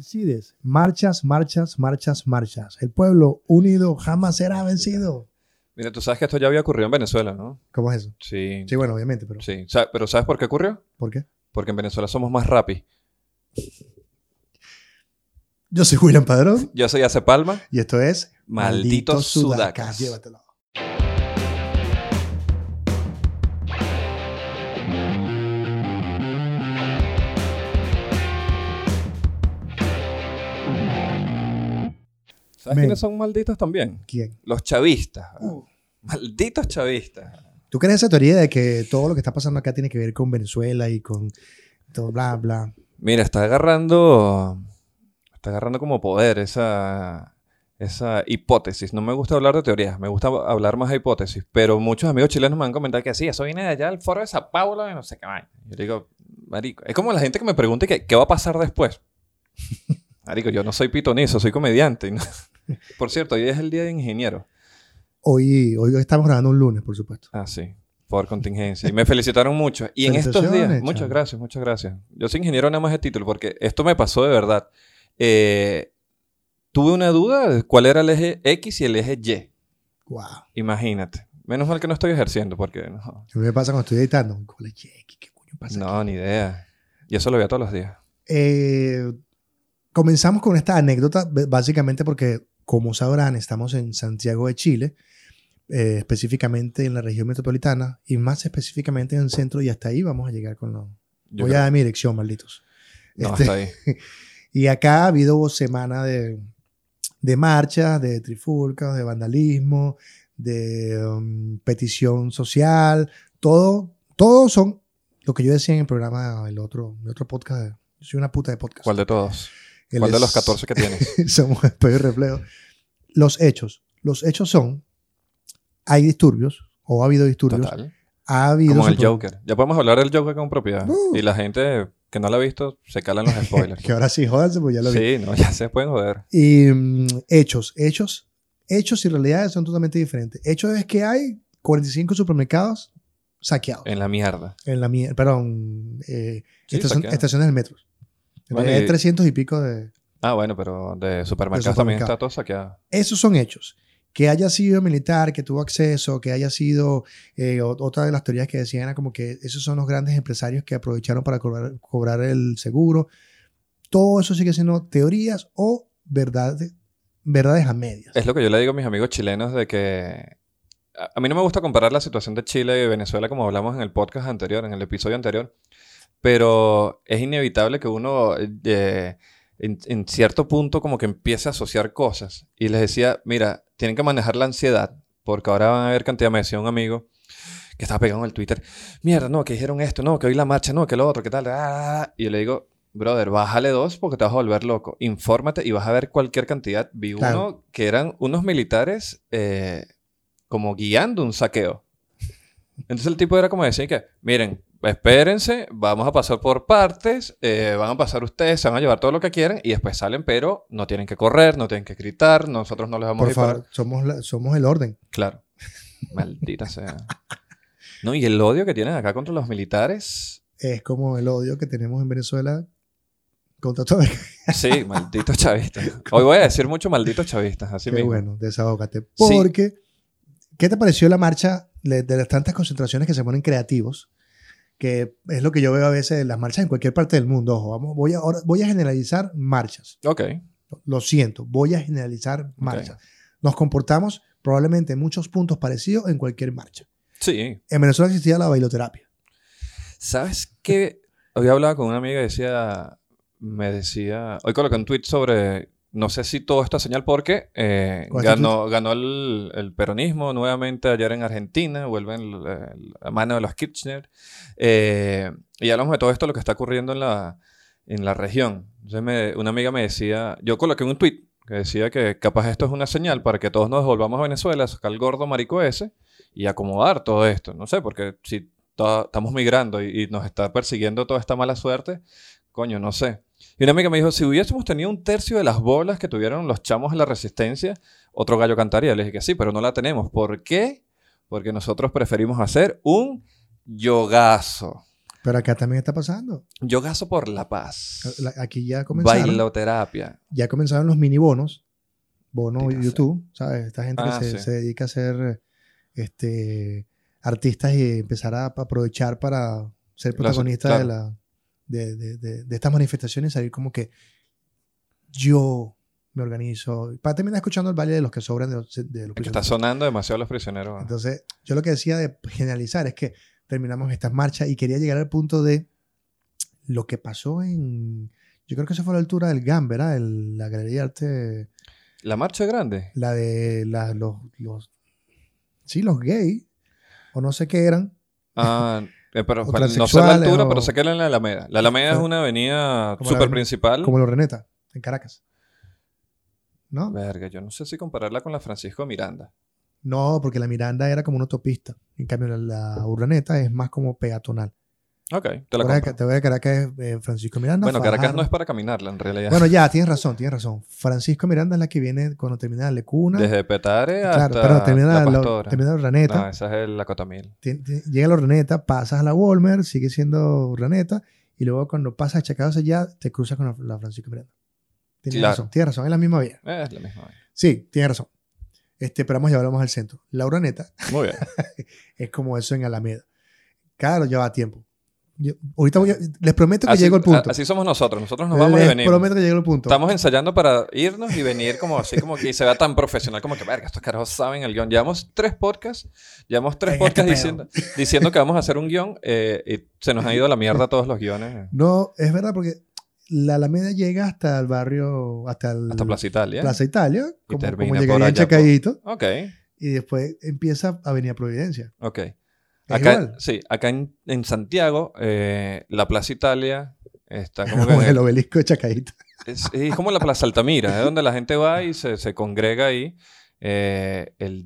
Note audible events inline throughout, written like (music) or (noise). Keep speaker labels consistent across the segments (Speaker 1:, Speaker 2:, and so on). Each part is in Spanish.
Speaker 1: Alcides, marchas, marchas, marchas, marchas. El pueblo unido jamás será vencido.
Speaker 2: Mira, tú sabes que esto ya había ocurrido en Venezuela, ¿no?
Speaker 1: ¿Cómo es eso?
Speaker 2: Sí.
Speaker 1: Sí, bueno, obviamente, pero
Speaker 2: Sí. Sa- Pero ¿sabes por qué ocurrió?
Speaker 1: ¿por qué?
Speaker 2: Porque en Venezuela somos más rápidos.
Speaker 1: Yo soy William Padrón
Speaker 2: Yo soy Ace Palma.
Speaker 1: y esto es
Speaker 2: Malditos sudacas.
Speaker 1: Llévatelo.
Speaker 2: ¿Sabes
Speaker 1: Men.
Speaker 2: quiénes son malditos también?
Speaker 1: ¿Quién?
Speaker 2: Los chavistas.
Speaker 1: Uh.
Speaker 2: Malditos chavistas.
Speaker 1: ¿Tú crees esa teoría de que todo lo que está pasando acá tiene que ver con Venezuela y con todo bla, bla?
Speaker 2: Mira, está agarrando. Está agarrando como poder esa. Esa hipótesis. No me gusta hablar de teorías, me gusta hablar más de hipótesis. Pero muchos amigos chilenos me han comentado que sí, eso viene de allá del foro de Sao Paulo y no sé qué vaina. Yo digo, Marico. Es como la gente que me pregunta que, qué va a pasar después. (laughs) Marico, yo no soy pitonizo, soy comediante. ¿no? (laughs) Por cierto, hoy es el día de ingeniero.
Speaker 1: Hoy, hoy, hoy estamos grabando un lunes, por supuesto.
Speaker 2: Ah, sí. Por contingencia. Y me felicitaron mucho. Y en estos días,
Speaker 1: Felicitaciones,
Speaker 2: muchas
Speaker 1: chamo.
Speaker 2: gracias, muchas gracias. Yo soy ingeniero nada más de título, porque esto me pasó de verdad. Eh, tuve una duda de cuál era el eje X y el eje Y.
Speaker 1: Wow.
Speaker 2: Imagínate. Menos mal que no estoy ejerciendo, porque no,
Speaker 1: A mí me pasa cuando estoy editando. Hola, Jackie, ¿Qué coño pasa? aquí?
Speaker 2: no ni idea. Y eso lo veía todos los días.
Speaker 1: Eh, comenzamos con esta anécdota b- básicamente porque, como sabrán, estamos en Santiago de Chile, eh, específicamente en la región metropolitana y más específicamente en el centro y hasta ahí vamos a llegar con los...
Speaker 2: Yo
Speaker 1: Voy a
Speaker 2: creo-
Speaker 1: dar mi dirección, malditos.
Speaker 2: no,
Speaker 1: Este,
Speaker 2: hasta ahí.
Speaker 1: y acá ha habido semana de, de marchas, de trifulcas, de vandalismo, de um, petición social, todo, todo son lo que yo decía en el programa, el otro, el otro podcast. de- Yo soy una puta de podcast.
Speaker 2: ¿Cuál de todos?
Speaker 1: (laughs) Él
Speaker 2: ¿Cuál de
Speaker 1: es-
Speaker 2: los
Speaker 1: (laughs)
Speaker 2: 14 que tienes?
Speaker 1: somos espejo y reflejo. Los hechos. Los hechos son, hay disturbios, o ha habido disturbios,
Speaker 2: Total.
Speaker 1: ha habido...
Speaker 2: Como el
Speaker 1: super-
Speaker 2: Joker. Ya podemos hablar del Joker con propiedad.
Speaker 1: Uh.
Speaker 2: Y la gente que no la ha visto
Speaker 1: (laughs)
Speaker 2: se calan los spoilers.
Speaker 1: Que ahora sí, jódanse, pues ya lo vi.
Speaker 2: sí, no, ya se pueden joder.
Speaker 1: Y mm, hechos, hechos, hechos y realidades son totalmente diferentes. Hechos es que hay 45 supermercados saqueados.
Speaker 2: En la mierda.
Speaker 1: En la mie- perdón, eh,
Speaker 2: Sí,
Speaker 1: estacion-
Speaker 2: saqueado.
Speaker 1: estaciones del metro. En
Speaker 2: Bueno,
Speaker 1: realidad hay
Speaker 2: y-
Speaker 1: 300 y pico de...
Speaker 2: Ah, bueno, pero de supermercados
Speaker 1: De
Speaker 2: también
Speaker 1: supermercado.
Speaker 2: está todo saqueado.
Speaker 1: Esos son hechos. Que haya sido militar, que tuvo acceso, que haya sido... eh, o- otra de las teorías que decían era como que esos son los grandes empresarios que aprovecharon para cobrar, cobrar el seguro. Todo eso sigue siendo teorías o verdades, verdades a medias.
Speaker 2: Es lo que yo le digo a mis amigos chilenos de que... A a mí no me gusta comparar la situación de Chile y Venezuela como hablamos en el podcast anterior, en el episodio anterior, pero es inevitable que uno eh, en, en cierto punto como que empiece a asociar cosas. Y les decía, mira, tienen que manejar la ansiedad, porque ahora van a haber cantidad, me decía un amigo que estaba pegado en el Twitter, mierda, no, que dijeron esto, no, que hoy la marcha, no, que lo otro, que tal, ah", y yo le digo, brother, bájale dos porque te vas a volver loco, infórmate y vas a ver cualquier cantidad. Vi
Speaker 1: Claro.
Speaker 2: uno que eran unos militares eh, como guiando un saqueo. Entonces el tipo era como decir que, miren, espérense, vamos a pasar por partes, eh, van a pasar ustedes, se van a llevar todo lo que quieran y después salen, pero no tienen que correr, no tienen que gritar, nosotros no les vamos a
Speaker 1: Por
Speaker 2: disparar.
Speaker 1: favor, somos, la- somos el orden.
Speaker 2: Claro. (laughs) Maldita sea. No, y el odio que tienen acá contra los militares.
Speaker 1: Es como el odio que tenemos en Venezuela contra todo. (laughs)
Speaker 2: Sí, malditos chavistas. Hoy voy a decir mucho malditos chavistas, así
Speaker 1: Qué
Speaker 2: mismo.
Speaker 1: bueno, desahógate.
Speaker 2: Sí.
Speaker 1: Porque, ¿qué te pareció la marcha le- de las tantas concentraciones que se ponen creativos? Que es lo que yo veo a veces en las marchas en cualquier parte del mundo. Ojo, vamos, voy, a, ahora voy a generalizar marchas.
Speaker 2: Ok.
Speaker 1: Lo siento, voy a generalizar marchas. Nos comportamos probablemente en muchos puntos parecidos en cualquier marcha.
Speaker 2: Sí.
Speaker 1: En Venezuela existía la bailoterapia.
Speaker 2: ¿Sabes qué? Hoy hablaba con una amiga y decía, me decía, hoy coloqué un tweet sobre, no sé si todo está señal porque eh,
Speaker 1: ¿Cuál es el
Speaker 2: ganó, ganó el, el peronismo nuevamente ayer en Argentina, vuelven el- el- la mano de los Kirchner. Eh, y hablamos de todo esto, lo que está ocurriendo en la, en la región. Entonces me- una amiga me decía, yo coloqué un tweet que decía que capaz esto es una señal para que todos nos volvamos a Venezuela, sacar el gordo marico ese y acomodar todo esto. No sé, porque si to- estamos migrando y, y nos está persiguiendo toda esta mala suerte, coño, no sé. Y una amiga me dijo, si hubiésemos tenido un tercio de las bolas que tuvieron los chamos en la resistencia, otro gallo cantaría. Le dije que sí, pero no la tenemos. ¿Por qué? Porque nosotros preferimos hacer un yogazo.
Speaker 1: Pero acá también está pasando.
Speaker 2: Yo gaso por la paz.
Speaker 1: Eh, La- Aquí ya comenzaron,
Speaker 2: Bailoterapia.
Speaker 1: ya comenzaron los mini bonos. Bono
Speaker 2: Mira, sí.
Speaker 1: YouTube, ¿sabes? Esta gente
Speaker 2: Ah,
Speaker 1: que se,
Speaker 2: sí.
Speaker 1: se dedica a ser este, artistas y empezar a aprovechar para ser
Speaker 2: Lo hace-
Speaker 1: protagonista de, la, de, de- de- de estas manifestaciones, salir como que yo me organizo. Para terminar escuchando el baile de los que sobran de los, de los
Speaker 2: Que
Speaker 1: prisioneros.
Speaker 2: está sonando demasiado los prisioneros.
Speaker 1: Entonces, yo lo que decía de generalizar es que terminamos estas marchas y quería llegar al punto de lo que pasó en. Yo creo que eso fue a la altura del GAM, ¿verdad? El- la Galería de Arte.
Speaker 2: La marcha es grande.
Speaker 1: La de la- los, los. Sí, los gays. O no sé qué eran.
Speaker 2: Ah, eh, pero
Speaker 1: O
Speaker 2: para- no sé la
Speaker 1: transexuales,
Speaker 2: altura,
Speaker 1: o-
Speaker 2: pero sé que era en la Alameda. La Alameda es
Speaker 1: Fue-
Speaker 2: una
Speaker 1: Como la
Speaker 2: avenida súper
Speaker 1: avenida-
Speaker 2: principal.
Speaker 1: Como los Reneta, en Caracas. ¿No?
Speaker 2: Verga, yo no sé si compararla con la Francisco Miranda.
Speaker 1: No, porque la Miranda era como una autopista. En cambio, la, la Urdaneta es más como peatonal.
Speaker 2: Ok, te la
Speaker 1: Ahora
Speaker 2: compro.
Speaker 1: que- Te voy a Caracas, es, eh, Francisco Miranda.
Speaker 2: Bueno, Caracas
Speaker 1: Fajardo.
Speaker 2: no es para caminarla en realidad.
Speaker 1: Bueno, ya, tienes razón, tienes razón. Francisco Miranda es la que viene cuando termina la Lecuna.
Speaker 2: Desde Petare hasta
Speaker 1: claro, perdón, termina
Speaker 2: la
Speaker 1: la,
Speaker 2: Pastora.
Speaker 1: termina la Urdaneta.
Speaker 2: no, esa es el- la Cotamil.
Speaker 1: Ti- ti- Llega la Urdaneta, pasas a la Walmer, sigue siendo Urdaneta. Y luego cuando pasas a Chacados allá, te cruzas con la, la Francisco Miranda. Tienes
Speaker 2: Claro.
Speaker 1: razón, tienes razón, es la misma vía.
Speaker 2: Eh, es la misma. vaina.
Speaker 1: Sí, tienes razón. Este, pero vamos, ya hablamos al centro. La Urdaneta
Speaker 2: Muy bien.
Speaker 1: (laughs) es como eso en Alameda. Claro, lleva tiempo. Yo- ahorita voy a- les prometo que
Speaker 2: Así-
Speaker 1: llego al punto.
Speaker 2: a- Así somos nosotros. Nosotros nos vamos y
Speaker 1: les
Speaker 2: venimos.
Speaker 1: prometo que llego al punto.
Speaker 2: Estamos ensayando para irnos y venir como así, como que y se vea tan profesional, como que, verga, estos carajos saben el guión. Llevamos tres podcasts, llevamos tres
Speaker 1: En este
Speaker 2: podcasts
Speaker 1: pedo.
Speaker 2: diciendo, diciendo que vamos a hacer un guión eh, y se nos han ido a la mierda todos los
Speaker 1: (laughs)
Speaker 2: guiones
Speaker 1: No, es verdad, porque la Alameda llega hasta el barrio, hasta, el,
Speaker 2: hasta Plaza Italia.
Speaker 1: Plaza Italia, como, como
Speaker 2: termina por
Speaker 1: llegaría en
Speaker 2: allá,
Speaker 1: Chacaíto,
Speaker 2: Ok,
Speaker 1: y después empieza Avenida Providencia.
Speaker 2: ok.
Speaker 1: Es
Speaker 2: Acá,
Speaker 1: igual.
Speaker 2: sí, acá en, en Santiago, eh, la Plaza Italia está
Speaker 1: (laughs)
Speaker 2: como que...
Speaker 1: Como el obelisco de Chacaíto.
Speaker 2: Es, es como la Plaza Altamira, es donde la gente va y se, se congrega ahí eh, el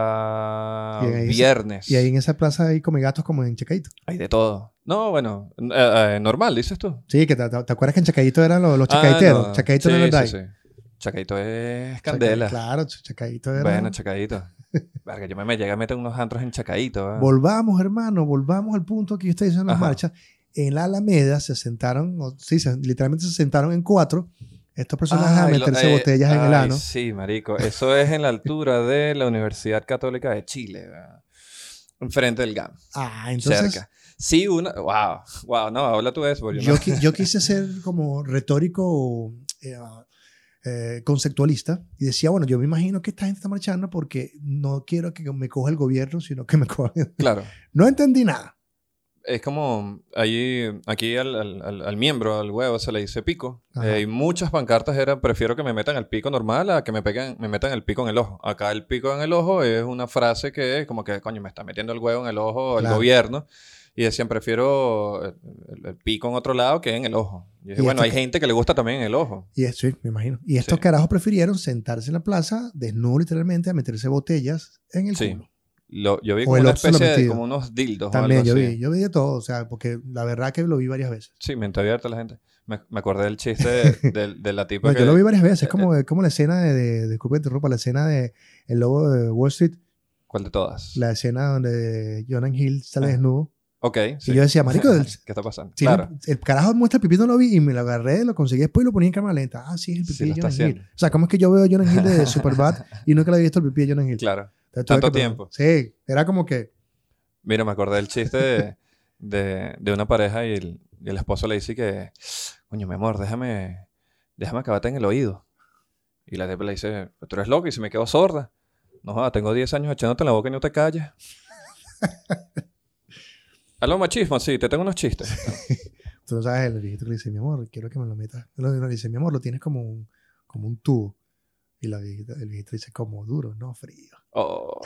Speaker 2: día
Speaker 1: Y ahí se-
Speaker 2: viernes.
Speaker 1: Y ahí en esa plaza hay come gatos como en Chacaíto.
Speaker 2: Hay de todo. No, bueno, n- eh, eh, normal, dices tú.
Speaker 1: Sí, que te, te- te acuerdas que en Chacaíto eran los, los
Speaker 2: Ah,
Speaker 1: chacaiteros.
Speaker 2: no.
Speaker 1: Chacaíto no
Speaker 2: Sí,
Speaker 1: los
Speaker 2: sí,
Speaker 1: da.
Speaker 2: sí. Chacaito es
Speaker 1: Chaca-
Speaker 2: candela.
Speaker 1: Claro, ch- Chacaíto era. (laughs)
Speaker 2: bueno, Chacaito. Verga, yo me, me llegué a meter unos antros en Chacaito. ¿eh?
Speaker 1: volvamos, hermano, volvamos al punto que yo estoy diciendo en las
Speaker 2: Ajá.
Speaker 1: marchas. En la Alameda se sentaron, o- sí, se- literalmente se sentaron en cuatro estos personajes a
Speaker 2: Ay, lo-
Speaker 1: meterse
Speaker 2: eh,
Speaker 1: botellas en el
Speaker 2: ay,
Speaker 1: ano.
Speaker 2: Sí, marico. Eso es en la altura de la Universidad Católica de Chile. ¿verdad? Enfrente del GAM.
Speaker 1: Ah, entonces.
Speaker 2: cerca. Sí, una. Wow, wow, no, habla tú de eso. porque
Speaker 1: Yo,
Speaker 2: no-
Speaker 1: qui- yo quise ser como retórico eh, eh, conceptualista y decía, bueno, yo me imagino que esta gente está marchando porque no quiero que me coja el gobierno, sino que me (laughs) coja...
Speaker 2: Claro.
Speaker 1: No entendí nada.
Speaker 2: Es como allí, aquí al, al- al- al miembro, al huevo, se le dice pico.
Speaker 1: Ajá.
Speaker 2: Eh, y muchas pancartas eran, prefiero que me metan el pico normal a que me, peguen, me metan el pico en el ojo. Acá el pico en el ojo es una frase que es como que, coño, me está metiendo el huevo en el ojo el
Speaker 1: Claro.
Speaker 2: gobierno. Y decían, prefiero el, el- el pico en otro lado que en el ojo. Y dije,
Speaker 1: Y esto
Speaker 2: bueno, hay
Speaker 1: que-
Speaker 2: gente que le gusta también en el ojo.
Speaker 1: Y esto, sí, me imagino. Y estos
Speaker 2: Sí.
Speaker 1: carajos prefirieron sentarse en la plaza, desnudo literalmente, a meterse botellas en el
Speaker 2: Sí.
Speaker 1: culo.
Speaker 2: Lo- yo vi
Speaker 1: O
Speaker 2: como
Speaker 1: el
Speaker 2: una
Speaker 1: otro se lo
Speaker 2: especie de,
Speaker 1: metido.
Speaker 2: como unos dildos o
Speaker 1: También
Speaker 2: algo
Speaker 1: yo
Speaker 2: así.
Speaker 1: vi, yo vi de todo, o sea, porque la verdad que lo vi varias veces.
Speaker 2: Sí, mente abierta la gente. Me, me acordé del chiste
Speaker 1: (laughs)
Speaker 2: de, de- de la tipa
Speaker 1: No,
Speaker 2: que...
Speaker 1: yo lo vi varias
Speaker 2: eh,
Speaker 1: veces, es como, es como la escena de, de disculpe, interrumpa, la escena de El Lobo de Wall Street,
Speaker 2: ¿Cuál de todas?
Speaker 1: la escena donde Jonah Hill sale
Speaker 2: Ah.
Speaker 1: desnudo.
Speaker 2: Ok, sí.
Speaker 1: Y yo decía, marico,
Speaker 2: (laughs)
Speaker 1: el,
Speaker 2: ¿Qué está pasando?
Speaker 1: Sí,
Speaker 2: claro.
Speaker 1: el, el carajo muestra el pipí, no lo vi y me lo agarré, lo conseguí después y lo ponía en cámara lenta. Ah, sí, es el pipí
Speaker 2: Sí, lo
Speaker 1: de
Speaker 2: está
Speaker 1: Jonah Hill.
Speaker 2: haciendo.
Speaker 1: O sea, ¿cómo es que yo veo a Jonah Hill
Speaker 2: (laughs)
Speaker 1: de Superbad y nunca le había visto el pipí de Jonah Hill?
Speaker 2: Claro.
Speaker 1: Entonces, tuve
Speaker 2: tanto
Speaker 1: que-
Speaker 2: tiempo.
Speaker 1: Sí, era como que,
Speaker 2: Mira, me acordé del chiste de, de- de una pareja y el, y el esposo le dice que, coño, mi amor, déjame, déjame acabarte en el oído. Y la tipa le dice, "Pero tú eres loco y si me quedo sorda. No, jodas, tengo 10 años echándote en la boca y no
Speaker 1: (laughs)
Speaker 2: te callas. Aló, machismo, sí, te tengo unos chistes.
Speaker 1: tú no sabes, el viejito que le dice, mi amor, quiero que me lo metas. No, no, le dice, mi amor, lo tienes como un, como un tubo. Y la viejita, el viejito dice, como duro, no frío.
Speaker 2: Oh.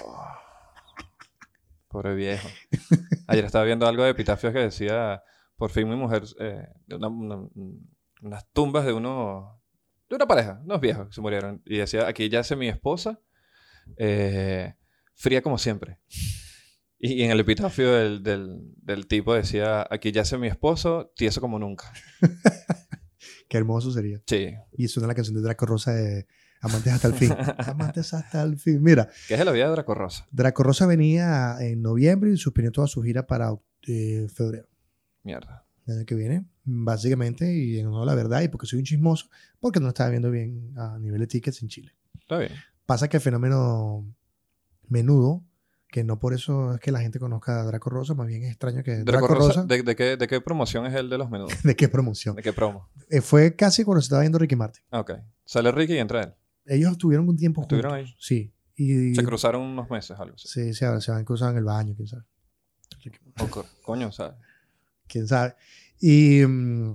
Speaker 2: Pobre viejo. Ayer estaba viendo algo de epitafios que decía, por fin mi mujer, eh, de una- una- unas tumbas de uno, de una pareja, unos viejos que se murieron. Y decía, aquí yace mi esposa, eh, fría como siempre. Y, y en el epitafio del, del- del tipo decía, aquí yace mi esposo, tieso como nunca.
Speaker 1: Qué hermoso sería.
Speaker 2: Sí,
Speaker 1: Y suena la canción de Draco Rosa de Amantes hasta el
Speaker 2: (laughs)
Speaker 1: fin. Amantes hasta el fin. Mira,
Speaker 2: que es de la vida de Draco Rosa.
Speaker 1: Draco Rosa venía en noviembre y suspendió toda su gira para eh, febrero.
Speaker 2: Mierda.
Speaker 1: el año que viene, básicamente, y en honor a la verdad, y porque soy un chismoso, porque no lo estaba viendo bien a nivel de tickets en Chile.
Speaker 2: Está bien.
Speaker 1: Pasa que el fenómeno menudo, que no por eso es que la gente conozca a Draco Rosa, más bien es extraño que Draco,
Speaker 2: Draco
Speaker 1: Rosa,
Speaker 2: Rosa, ¿de, de qué, de qué promoción es el de los menudos?
Speaker 1: ¿de qué promoción?
Speaker 2: ¿De qué promo?
Speaker 1: Eh, fue casi cuando se estaba viendo Ricky Martin.
Speaker 2: Ah, ok. Sale Ricky y entra él.
Speaker 1: Ellos estuvieron un tiempo juntos.
Speaker 2: Estuvieron ahí.
Speaker 1: Sí. Y
Speaker 2: Se cruzaron unos meses, algo así.
Speaker 1: sí, se, se han cruzado en el baño, quién sabe.
Speaker 2: O co- coño, ¿sabes?
Speaker 1: quién sabe. Y mm,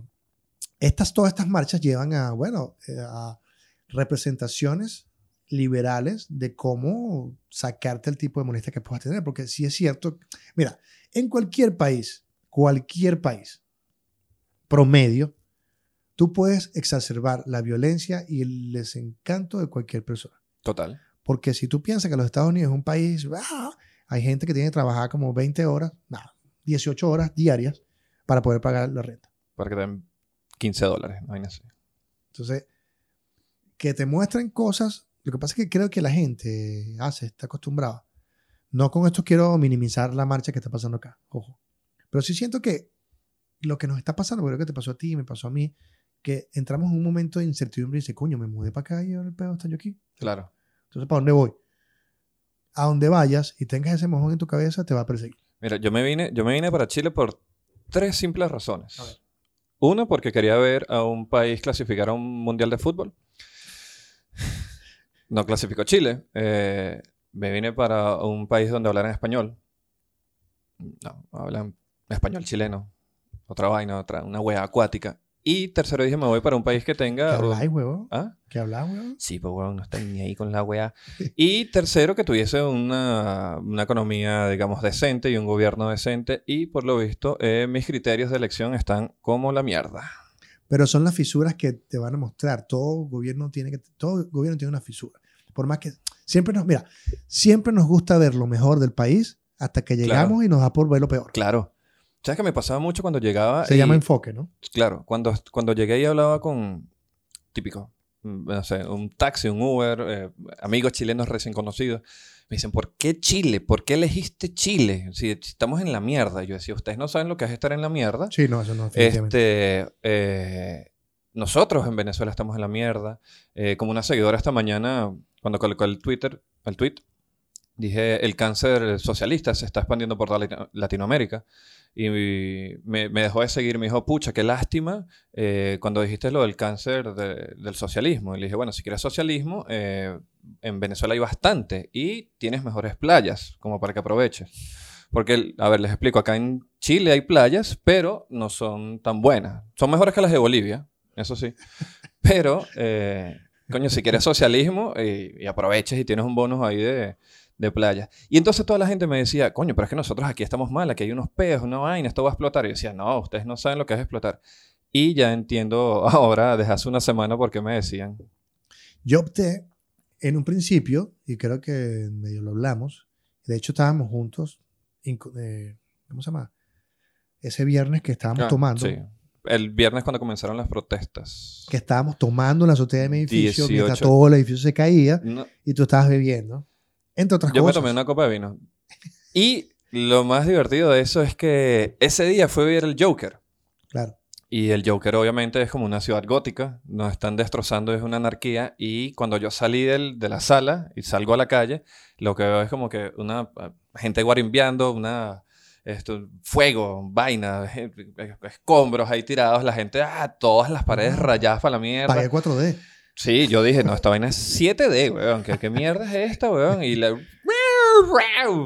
Speaker 1: estas, todas estas marchas llevan a, bueno, eh, a representaciones liberales de cómo sacarte el tipo de molestia que puedas tener. Porque si es cierto, mira, en cualquier país, cualquier país promedio, tú puedes exacerbar la violencia y el desencanto de cualquier persona.
Speaker 2: Total.
Speaker 1: Porque si tú piensas que los Estados Unidos es un país, ¡ah! hay gente que tiene que trabajar como 20 horas, no, 18 horas diarias para poder pagar la renta.
Speaker 2: Para que te den 15 dólares. No hay así.
Speaker 1: Entonces, que te muestren cosas, lo que pasa es que creo que la gente hace, está acostumbrada. No con esto quiero minimizar la marcha que está pasando acá, ojo. Pero sí siento que lo que nos está pasando, creo que te pasó a ti, me pasó a mí, que entramos en un momento de incertidumbre y dice, coño, me mudé para acá y ahora el pedo está yo aquí.
Speaker 2: Claro.
Speaker 1: Entonces, ¿para dónde voy? A donde vayas y tengas ese mojón en tu cabeza, te va a perseguir.
Speaker 2: Mira, yo me vine, yo me vine para Chile por tres simples razones.
Speaker 1: A ver.
Speaker 2: Una, porque quería ver a un país clasificar a un mundial de fútbol. No clasificó Chile. Eh, me vine para un país donde hablaran español. No, hablan español chileno. Otra vaina, otra, una hueá acuática. Y tercero dije, me voy para un país que
Speaker 1: ¿Qué
Speaker 2: tenga...
Speaker 1: habláis, huevón?
Speaker 2: ¿Ah?
Speaker 1: ¿Qué habláis, huevón?
Speaker 2: Sí, pues bueno, no están ni ahí con la weá. Y tercero, que tuviese una, una economía, digamos, decente y un gobierno decente. Y por lo visto, eh, mis criterios de elección están como la mierda.
Speaker 1: Pero son las fisuras que te van a mostrar. Todo gobierno tiene que todo gobierno tiene una fisura. Por más que siempre nos mira, siempre nos gusta ver lo mejor del país hasta que llegamos y nos da por ver lo peor.
Speaker 2: Claro. ¿Sabes que me pasaba mucho cuando llegaba?
Speaker 1: Se
Speaker 2: Ah, y-
Speaker 1: llama enfoque, ¿no?
Speaker 2: Claro, cuando, cuando llegué y hablaba con, típico, mm, no sé, un taxi, un Uber, eh, amigos chilenos recién conocidos, me dicen, ¿por qué Chile? ¿Por qué elegiste Chile? Si estamos en la mierda. Y yo decía, ustedes no saben lo que es estar en la mierda.
Speaker 1: Sí, no, eso no definitivamente.
Speaker 2: Este, eh, nosotros en Venezuela estamos en la mierda. Eh, como una seguidora esta mañana, cuando colocó el Twitter, el tweet, dije el cáncer socialista se está expandiendo por Latino- Latinoamérica. Y me, me dejó de seguir, me dijo, pucha, qué lástima eh, cuando dijiste lo del cáncer de- del socialismo. Y le dije, bueno, si quieres socialismo, eh, en Venezuela hay bastante y tienes mejores playas, como para que aproveches. Porque, a ver, les explico, acá en Chile hay playas, pero no son tan buenas. Son mejores que las de Bolivia, eso sí. (laughs) Pero, eh, coño, si quieres socialismo eh, y, aproveches y tienes un bonus ahí de, de playas. Y entonces toda la gente me decía, coño, pero es que nosotros aquí estamos mal, aquí hay unos peos, una vaina, esto va a explotar. Y yo decía, no, ustedes no saben lo que es explotar. Y ya entiendo (laughs) ahora, desde hace una semana, por qué me decían.
Speaker 1: Yo opté en un principio, y creo que medio lo hablamos, de hecho estábamos juntos, inco- eh, ¿cómo se llama? Ese viernes que estábamos
Speaker 2: Ah,
Speaker 1: tomando,
Speaker 2: Sí. El viernes cuando comenzaron las protestas.
Speaker 1: que estábamos tomando en la azotea de mi edificio, mientras
Speaker 2: 18.
Speaker 1: todo el edificio se caía
Speaker 2: No-
Speaker 1: y tú estabas bebiendo. Entre otras
Speaker 2: Yo me
Speaker 1: cosas.
Speaker 2: tomé una copa de vino. Y lo más divertido de eso es que ese día fue ver el Joker.
Speaker 1: Claro.
Speaker 2: Y el Joker obviamente es como una ciudad gótica, nos están destrozando, es una anarquía. Y cuando yo salí del- de la sala y salgo a la calle, lo que veo es como que una ah, gente guarimbiando, una, esto, fuego, vaina, (laughs) eh, eh, escombros ahí tirados, la gente, ah, todas las paredes
Speaker 1: Ah.
Speaker 2: rayadas para la mierda.
Speaker 1: Pagué 4D.
Speaker 2: Sí, yo dije, no, esta vaina es 7D, weón. ¿Qué, qué mierda es esta, weón? Y la...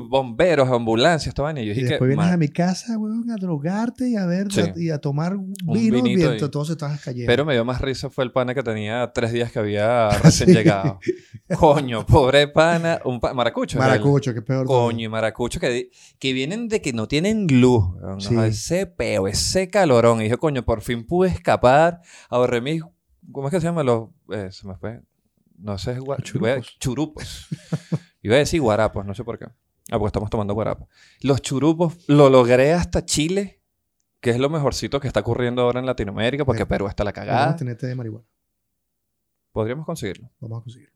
Speaker 2: Bomberos, ambulancias, esta vaina. Y yo
Speaker 1: Y
Speaker 2: dije,
Speaker 1: después vienes
Speaker 2: "Ma-
Speaker 1: a mi casa, weón, a drogarte y a ver
Speaker 2: Sí.
Speaker 1: y a tomar vino
Speaker 2: vinito
Speaker 1: mientras
Speaker 2: y-
Speaker 1: todos se estaban cayendo.
Speaker 2: pero me dio más risa fue el pana que tenía tres días
Speaker 1: (laughs)
Speaker 2: que había recién llegado. Coño, pobre pana. Un pa- maracucho. era él.
Speaker 1: Maracucho, que peor.
Speaker 2: Coño, y maracucho que, di- que vienen de que no tienen luz. weón. No,
Speaker 1: Sí.
Speaker 2: Ese peo, ese calorón. Y dije, coño, por fin pude escapar. Ahorré mis. ¿Cómo es que se llama? Los, eh, se me fue. No sé, gua-
Speaker 1: Los
Speaker 2: iba a-
Speaker 1: churupos.
Speaker 2: churupos. (laughs) Iba a decir guarapos, no sé por qué. Ah, porque estamos tomando guarapos. Los churupos lo logré hasta Chile, que es lo mejorcito que está ocurriendo ahora en Latinoamérica, porque
Speaker 1: Bueno,
Speaker 2: Perú está la
Speaker 1: Vamos
Speaker 2: cagada.
Speaker 1: a tenerte de marihuana.
Speaker 2: Podríamos conseguirlo.
Speaker 1: (laughs) Vamos a conseguir.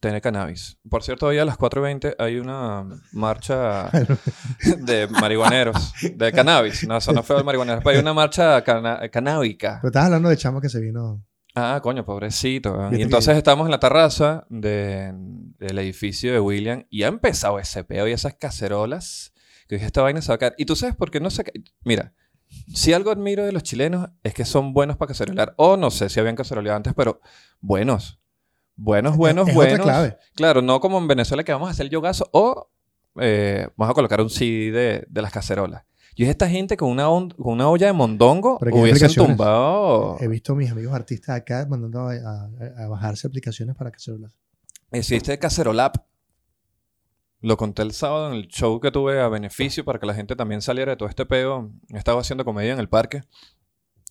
Speaker 2: tener cannabis. Por cierto, hoy a las 4.20 hay una mm, marcha (laughs) de marihuaneros, de cannabis. No, eso no fue de marihuaneros, pero hay una marcha cana- canábica.
Speaker 1: Pero estás hablando de chamo que se vino.
Speaker 2: Ah, coño, pobrecito. ¿eh?
Speaker 1: Viste
Speaker 2: Y
Speaker 1: que-
Speaker 2: entonces estamos en la terraza de- del edificio de William y ha empezado ese peo y esas cacerolas que dije, esta vaina se va a caer. Y tú sabes por qué no se cae. Mira, si algo admiro de los chilenos es que son buenos para cacerolar. O no sé si habían caceroleado antes, pero buenos. Buenos, buenos,
Speaker 1: es
Speaker 2: buenos.
Speaker 1: otra clave.
Speaker 2: Claro, no como en Venezuela que vamos a hacer yogazo o eh, vamos a colocar un CD de, de las cacerolas. Yo dije, esta gente con una, on- con una olla de mondongo
Speaker 1: Pero aquí hay
Speaker 2: hubiesen
Speaker 1: aplicaciones.
Speaker 2: tumbado...
Speaker 1: He visto a mis amigos artistas acá mandando a, a- a bajarse aplicaciones para cacerolas.
Speaker 2: Existe Cacerolap. Lo conté el sábado en el show que tuve a beneficio para que la gente también saliera de todo este peo. Estaba haciendo comedia en el parque.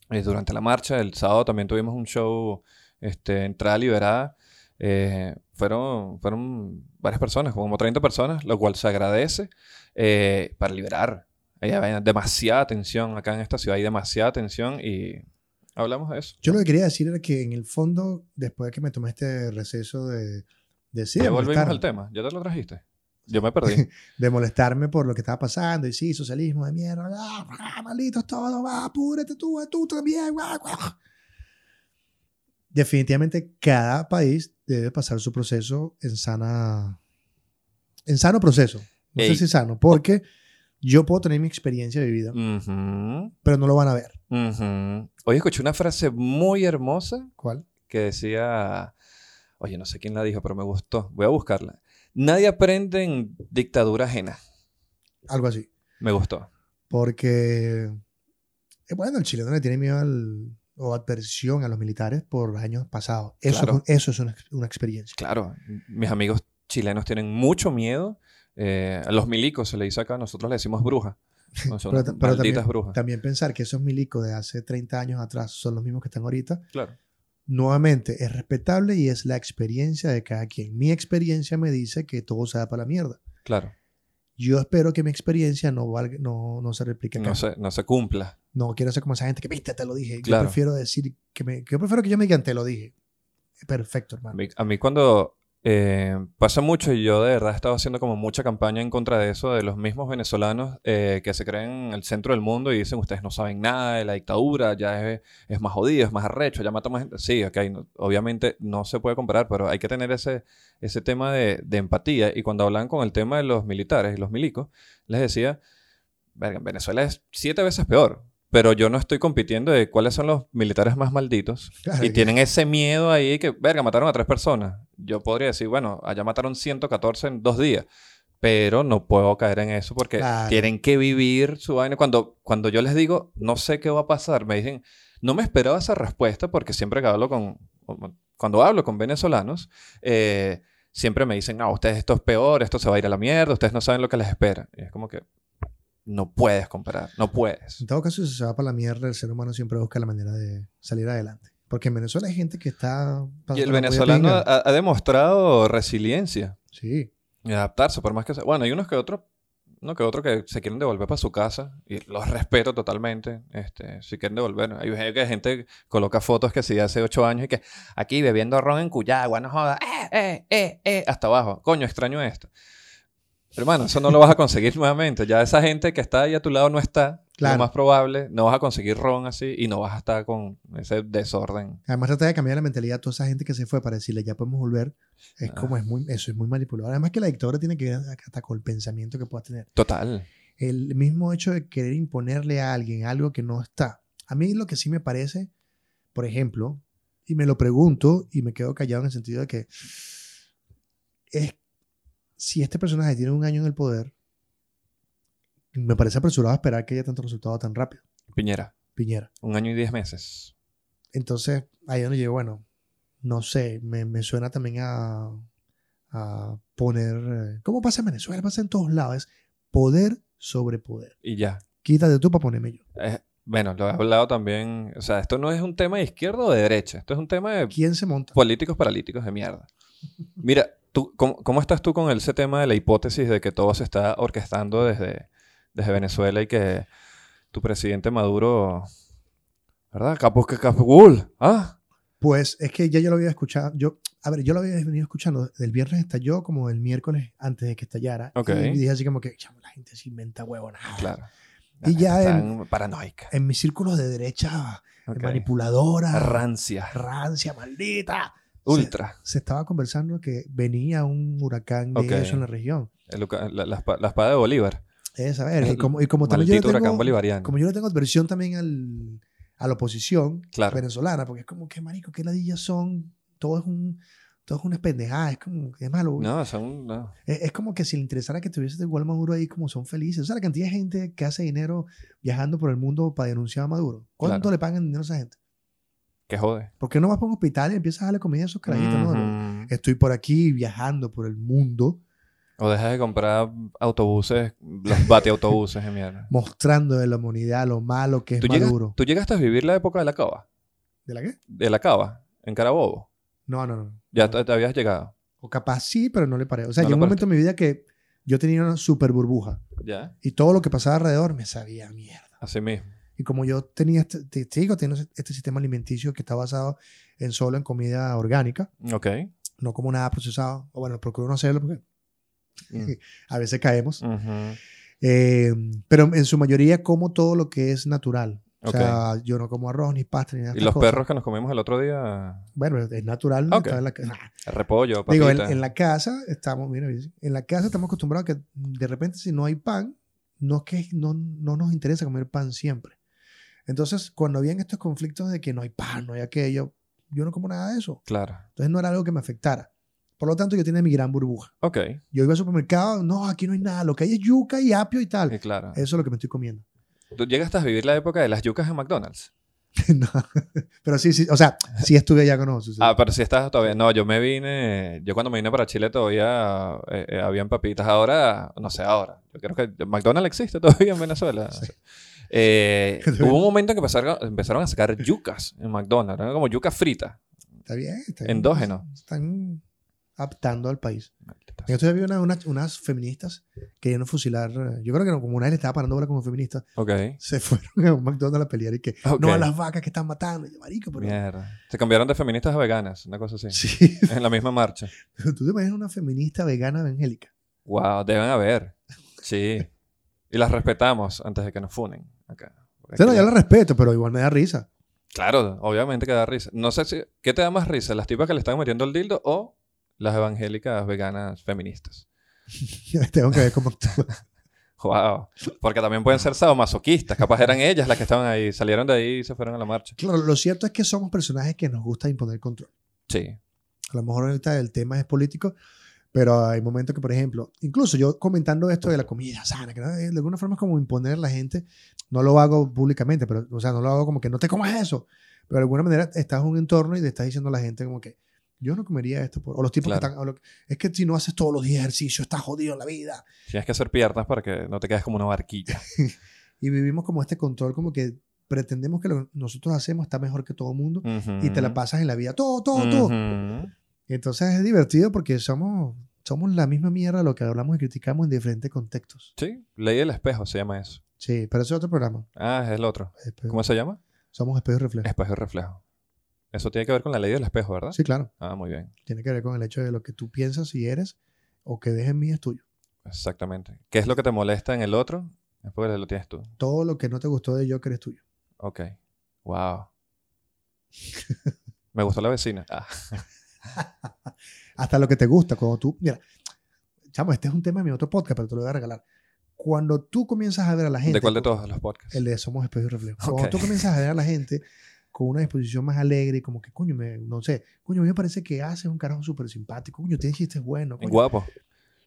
Speaker 2: eh, durante la marcha, el sábado también tuvimos un show este, entrada liberada. Eh, fueron, fueron varias personas, como 30 personas, lo cual se agradece eh, para liberar. Hay hay demasiada tensión acá en esta ciudad, hay demasiada tensión y hablamos de eso.
Speaker 1: Yo lo que quería decir era que en el fondo, después de que me tomé este receso de, de, sí, de
Speaker 2: ya volvimos
Speaker 1: molestarme,
Speaker 2: al tema, ya te lo trajiste. Yo me perdí.
Speaker 1: de molestarme por lo que estaba pasando, y sí, socialismo de mierda, ah, ah, malditos todos, ah, apúrate tú, ah, tú también. ah, ah. Definitivamente cada país debe pasar su proceso en sana, en sano proceso. No
Speaker 2: Ey.
Speaker 1: sé si sano, porque yo puedo tener mi experiencia
Speaker 2: Mm.
Speaker 1: vivida,
Speaker 2: Ujú,
Speaker 1: pero no lo van a ver.
Speaker 2: ujú. Hoy escuché una frase muy hermosa
Speaker 1: ¿Cuál?
Speaker 2: que decía, oye, no sé quién la dijo, pero me gustó, voy a buscarla. Nadie aprende en dictadura ajena.
Speaker 1: Algo así.
Speaker 2: Me gustó.
Speaker 1: Porque, eh, bueno, el chileno le tiene miedo al, o adversión a los militares por años pasados. Eso, es
Speaker 2: Claro.
Speaker 1: un- eso es una, ex- una experiencia.
Speaker 2: Claro, mis amigos chilenos tienen mucho miedo. eh, a los milicos se le dice acá, nosotros le
Speaker 1: (laughs)
Speaker 2: decimos bruja.
Speaker 1: Pero
Speaker 2: No, son unas
Speaker 1: ta- pero también-
Speaker 2: malditas brujas.
Speaker 1: También pensar que esos milicos de hace 30 años atrás son los mismos que están ahorita,
Speaker 2: Claro.
Speaker 1: nuevamente es respetable y es la experiencia de cada quien. Mi experiencia me dice que todo se da para la mierda.
Speaker 2: Claro,
Speaker 1: Yo espero que mi experiencia no, valga, no, no se replique acá.
Speaker 2: no se, no se cumpla.
Speaker 1: No quiero ser como esa gente que, viste, te lo dije. Yo
Speaker 2: Claro.
Speaker 1: prefiero decir que me... Yo prefiero que yo me digan, te lo dije. Perfecto,
Speaker 2: A
Speaker 1: hermano.
Speaker 2: mí, a mí cuando eh, pasa mucho, y yo de verdad he estado haciendo como mucha campaña en contra de eso, de los mismos venezolanos eh, que se creen el centro del mundo y dicen, ustedes no saben nada de la dictadura, ya es, es más jodido, es más arrecho, ya mata más gente. Sí, ok, no- obviamente no se puede comparar, pero hay que tener ese, ese tema de, de empatía. Y cuando hablan con el tema de los militares y los milicos, les decía, verga, en Venezuela es siete veces peor. Pero yo no estoy compitiendo de cuáles son los militares más malditos.
Speaker 1: (laughs) Claro.
Speaker 2: Y tienen ese miedo ahí que, verga, mataron a tres personas. Yo podría decir, bueno, allá mataron 114 en dos días. Pero no puedo caer en eso porque
Speaker 1: Claro.
Speaker 2: tienen que vivir su vaina. Cuando, cuando yo les digo, no sé qué va a pasar, me dicen, no me esperaba esa respuesta porque siempre que hablo con, cuando hablo con venezolanos, eh, siempre me dicen, no, ustedes esto es peor, esto se va a ir a la mierda, ustedes no saben lo que les espera. Y es como que no puedes comparar, no puedes.
Speaker 1: En todo caso, si se va para la mierda, el ser humano siempre busca la manera de salir adelante. Porque en Venezuela hay gente que está...
Speaker 2: Y
Speaker 1: pasando
Speaker 2: el
Speaker 1: la polla
Speaker 2: venezolano
Speaker 1: pinga.
Speaker 2: ha, ha demostrado resiliencia
Speaker 1: Sí.
Speaker 2: y adaptarse, por más que sea. Bueno, hay unos que otros, uno que otro que se quieren devolver para su casa y los respeto totalmente. Este, si quieren devolver, hay gente que gente coloca fotos que sí de hace ocho años y que aquí bebiendo ron en Cuyagua, no joda, eh, eh, eh, eh, hasta abajo. Coño, extraño esto. Hermano, eso no lo vas a conseguir (laughs) nuevamente. Ya esa gente que está ahí a tu lado no está.
Speaker 1: Claro.
Speaker 2: Lo más probable, no vas a conseguir ron así y no vas a estar con ese desorden.
Speaker 1: Además, trata de cambiar la mentalidad a toda esa gente que se fue para decirle, ya podemos volver. Es
Speaker 2: Ah.
Speaker 1: como es muy... Eso es muy manipulador. Además que la dictadura tiene que ver hasta con el pensamiento que puedas tener.
Speaker 2: Total.
Speaker 1: El mismo hecho de querer imponerle a alguien algo que no está. A mí lo que sí me parece, por ejemplo, y me lo pregunto y me quedo callado en el sentido de que es si este personaje tiene un año en el poder, me parece apresurado esperar que haya tanto resultado tan rápido,
Speaker 2: Piñera,
Speaker 1: Piñera.
Speaker 2: un año y diez meses.
Speaker 1: Entonces, ahí es donde yo, bueno, no sé, me, me suena también a, a poner, eh, ¿cómo pasa en Venezuela? Pasa en todos lados, es poder sobre poder.
Speaker 2: Y ya.
Speaker 1: Quítate tú para ponerme yo.
Speaker 2: Eh, bueno, lo he hablado también. O sea, esto no es un tema de izquierda o de derecha. Esto es un tema de
Speaker 1: ¿Quién se monta?
Speaker 2: políticos paralíticos
Speaker 1: (laughs)
Speaker 2: de mierda. Mira, tú, ¿cómo, cómo estás tú con ese tema de la hipótesis de que todo se está orquestando desde, desde Venezuela y que tu presidente Maduro... ¿Verdad? Capuz que capul. ¿Ah?
Speaker 1: Pues es que ya yo lo había escuchado, yo, a ver, yo lo había venido escuchando, desde el viernes estalló como el miércoles antes de que estallara.
Speaker 2: Ok.
Speaker 1: Y dije así como que, chamo, la gente se inventa huevonadas.
Speaker 2: Claro.
Speaker 1: Y ya
Speaker 2: Están paranoica.
Speaker 1: En mis círculos de derecha
Speaker 2: Ok.
Speaker 1: manipuladora,
Speaker 2: Rancia.
Speaker 1: rancia, maldita,
Speaker 2: Ultra.
Speaker 1: se estaba conversando que venía un huracán de
Speaker 2: Ok.
Speaker 1: eso en la región.
Speaker 2: El uca- la, la espa- la espada de Bolívar.
Speaker 1: Es, a ver, y como, y como también yo le
Speaker 2: Maldito
Speaker 1: tengo,
Speaker 2: huracán bolivariano.
Speaker 1: como yo le tengo adversión también al, a la oposición
Speaker 2: Claro.
Speaker 1: venezolana, porque es como que marico, qué ladillas son, todo es un todo es una pendejada, es como que es malo.
Speaker 2: No, son. no.
Speaker 1: Es, es como que si le interesara que tuviese igual Maduro ahí como son felices. O sea, la cantidad de gente que hace dinero viajando por el mundo para denunciar a Maduro. ¿Cuánto
Speaker 2: Claro.
Speaker 1: le pagan dinero a esa gente?
Speaker 2: Que jode.
Speaker 1: ¿Por qué no vas para un hospital y empiezas a darle comida a esos carajitos? No, no.
Speaker 2: Ujú.
Speaker 1: Estoy por aquí viajando por el mundo
Speaker 2: O dejas de comprar autobuses, los bateautobuses de mierda.
Speaker 1: mostrando de la humanidad lo malo que es
Speaker 2: ¿Tú, llegas,
Speaker 1: Maduro.
Speaker 2: tú llegaste a vivir la época de la cava.
Speaker 1: ¿De la qué?
Speaker 2: De la cava, en Carabobo.
Speaker 1: No, no, no.
Speaker 2: Ya te, te habías llegado.
Speaker 1: O capaz sí, pero no le paré. O sea,
Speaker 2: No
Speaker 1: llegó
Speaker 2: le
Speaker 1: un momento en mi vida que yo tenía una super burbuja
Speaker 2: Ya.
Speaker 1: y todo lo que pasaba alrededor me sabía a mierda.
Speaker 2: Así mismo.
Speaker 1: Y como yo tenía, este, te te digo, tengo este sistema alimenticio que está basado en solo en comida orgánica,
Speaker 2: Ok.
Speaker 1: no como nada procesado. O bueno, procuro no hacerlo porque
Speaker 2: Mm.
Speaker 1: a veces caemos.
Speaker 2: Ujú.
Speaker 1: Eh, pero en su mayoría como todo lo que es natural. O sea, yo no como arroz, ni pasta, ni nada. de
Speaker 2: Y
Speaker 1: estas
Speaker 2: los
Speaker 1: cosas.
Speaker 2: perros que nos comimos el otro día,
Speaker 1: Bueno, es natural. ¿no?
Speaker 2: Ok.
Speaker 1: Está en la ca-
Speaker 2: repollo, papita.
Speaker 1: Digo, en, en la casa estamos, mira, en la casa estamos acostumbrados a que de repente si no hay pan, no es que no, no nos interesa comer pan siempre. Entonces, cuando habían estos conflictos de que no hay pan, no hay aquello, yo no como nada de eso.
Speaker 2: Claro.
Speaker 1: Entonces no era algo que me afectara. Por lo tanto, yo tenía mi gran burbuja.
Speaker 2: Ok.
Speaker 1: Yo iba al supermercado, no, aquí no hay nada, lo que hay es yuca y apio y tal.
Speaker 2: Y claro.
Speaker 1: Eso es lo que me estoy comiendo. (laughs)
Speaker 2: Tú llegaste a vivir la época de las yucas en McDonald's.
Speaker 1: No. Pero sí, sí, o sea, sí estuve allá con nosotros. sí.
Speaker 2: Ah, pero si estás todavía. No, yo me vine. Yo cuando me vine para Chile todavía eh, eh, habían papitas. Ahora, no sé, ahora. Yo creo que McDonald's existe todavía en Venezuela.
Speaker 1: (laughs)
Speaker 2: Eh, hubo un momento en que pasaron- empezaron a sacar yucas en McDonald's. eran como yucas fritas.
Speaker 1: está bien, está bien.
Speaker 2: Endógeno.
Speaker 1: Están aptando al país. En estos días vi una- unas, unas feministas queriendo fusilar. eh, Yo creo que no, como una le estaba parando bola como feminista,
Speaker 2: Ok.
Speaker 1: se (laughs) fueron a un McDonald's a pelear y que
Speaker 2: Ok.
Speaker 1: no a las vacas que están matando. Y yo, marico, pero.
Speaker 2: Mierda. Se cambiaron de feministas a veganas, una cosa así.
Speaker 1: Sí. (laughs)
Speaker 2: En la misma marcha.
Speaker 1: Tú te imaginas una feminista vegana evangélica.
Speaker 2: Wow, deben haber. Sí. Y las respetamos antes de que nos funen acá.
Speaker 1: O sea, no, yo la respeto, pero igual me da risa. (laughs)
Speaker 2: Claro, obviamente que da risa. No sé si. ¿Qué te da más risa? ¿Las tipas que le están metiendo el dildo o las evangélicas veganas feministas?
Speaker 1: Tengo que ver cómo actúa.
Speaker 2: Wow. Porque también pueden ser sadomasoquistas. Capaz eran ellas las que estaban ahí. Salieron de ahí y se fueron a la marcha.
Speaker 1: Claro, lo cierto es que somos personajes que nos gusta imponer control.
Speaker 2: Sí.
Speaker 1: A lo mejor ahorita el tema es político, pero hay momentos que, por ejemplo, incluso yo comentando esto de la comida sana, que ¿no? Eh, de alguna forma es como imponer a la gente, no lo hago públicamente, pero, o sea, no lo hago como que no te comas eso, pero de alguna manera estás en un entorno y le estás diciendo a la gente como que yo no comería esto, por- o los tipos que
Speaker 2: Claro.
Speaker 1: están, o lo- es que si no haces todos los días ejercicio, estás jodido en la vida.
Speaker 2: Tienes que hacer piernas para que no te quedes como una barquilla.
Speaker 1: Y vivimos como este control, como que pretendemos que lo que nosotros hacemos está mejor que todo el mundo
Speaker 2: Ujú.
Speaker 1: (laughs) y te la pasas en la vida, todo, todo, todo.
Speaker 2: Ujú.
Speaker 1: Entonces es divertido porque somos, somos la misma mierda lo que hablamos y criticamos en diferentes contextos.
Speaker 2: Sí, ley del espejo se llama eso.
Speaker 1: Sí, pero eso es otro programa.
Speaker 2: Ah, es el otro.
Speaker 1: Espejo.
Speaker 2: ¿Cómo se llama?
Speaker 1: Somos espejos reflejos.
Speaker 2: Espejo y reflejo. Eso tiene que ver con la ley del espejo, ¿verdad?
Speaker 1: Sí, claro.
Speaker 2: Ah, muy bien.
Speaker 1: Tiene que ver con el hecho de lo que tú piensas y eres o que dejes en mí es tuyo.
Speaker 2: Exactamente. ¿Qué es lo que te molesta en el otro? Es porque lo tienes tú.
Speaker 1: Todo lo que no te gustó de yo que eres tuyo.
Speaker 2: Ok. Wow. Me gustó la vecina. Ah,
Speaker 1: Hasta lo que te gusta, cuando tú... Mira, chamo, este es un tema de mi otro podcast, pero te lo voy a regalar. Cuando tú comienzas a ver a la gente...
Speaker 2: ¿De cuál de todos los podcasts?
Speaker 1: El de Somos Espejos y Reflejos. Cuando
Speaker 2: Ok.
Speaker 1: tú comienzas a ver a la gente con una disposición más alegre, como que, coño, me- no sé, coño, a mí me parece que haces un carajo súper simpático, coño, tienes chistes buenos. coño.
Speaker 2: Guapo.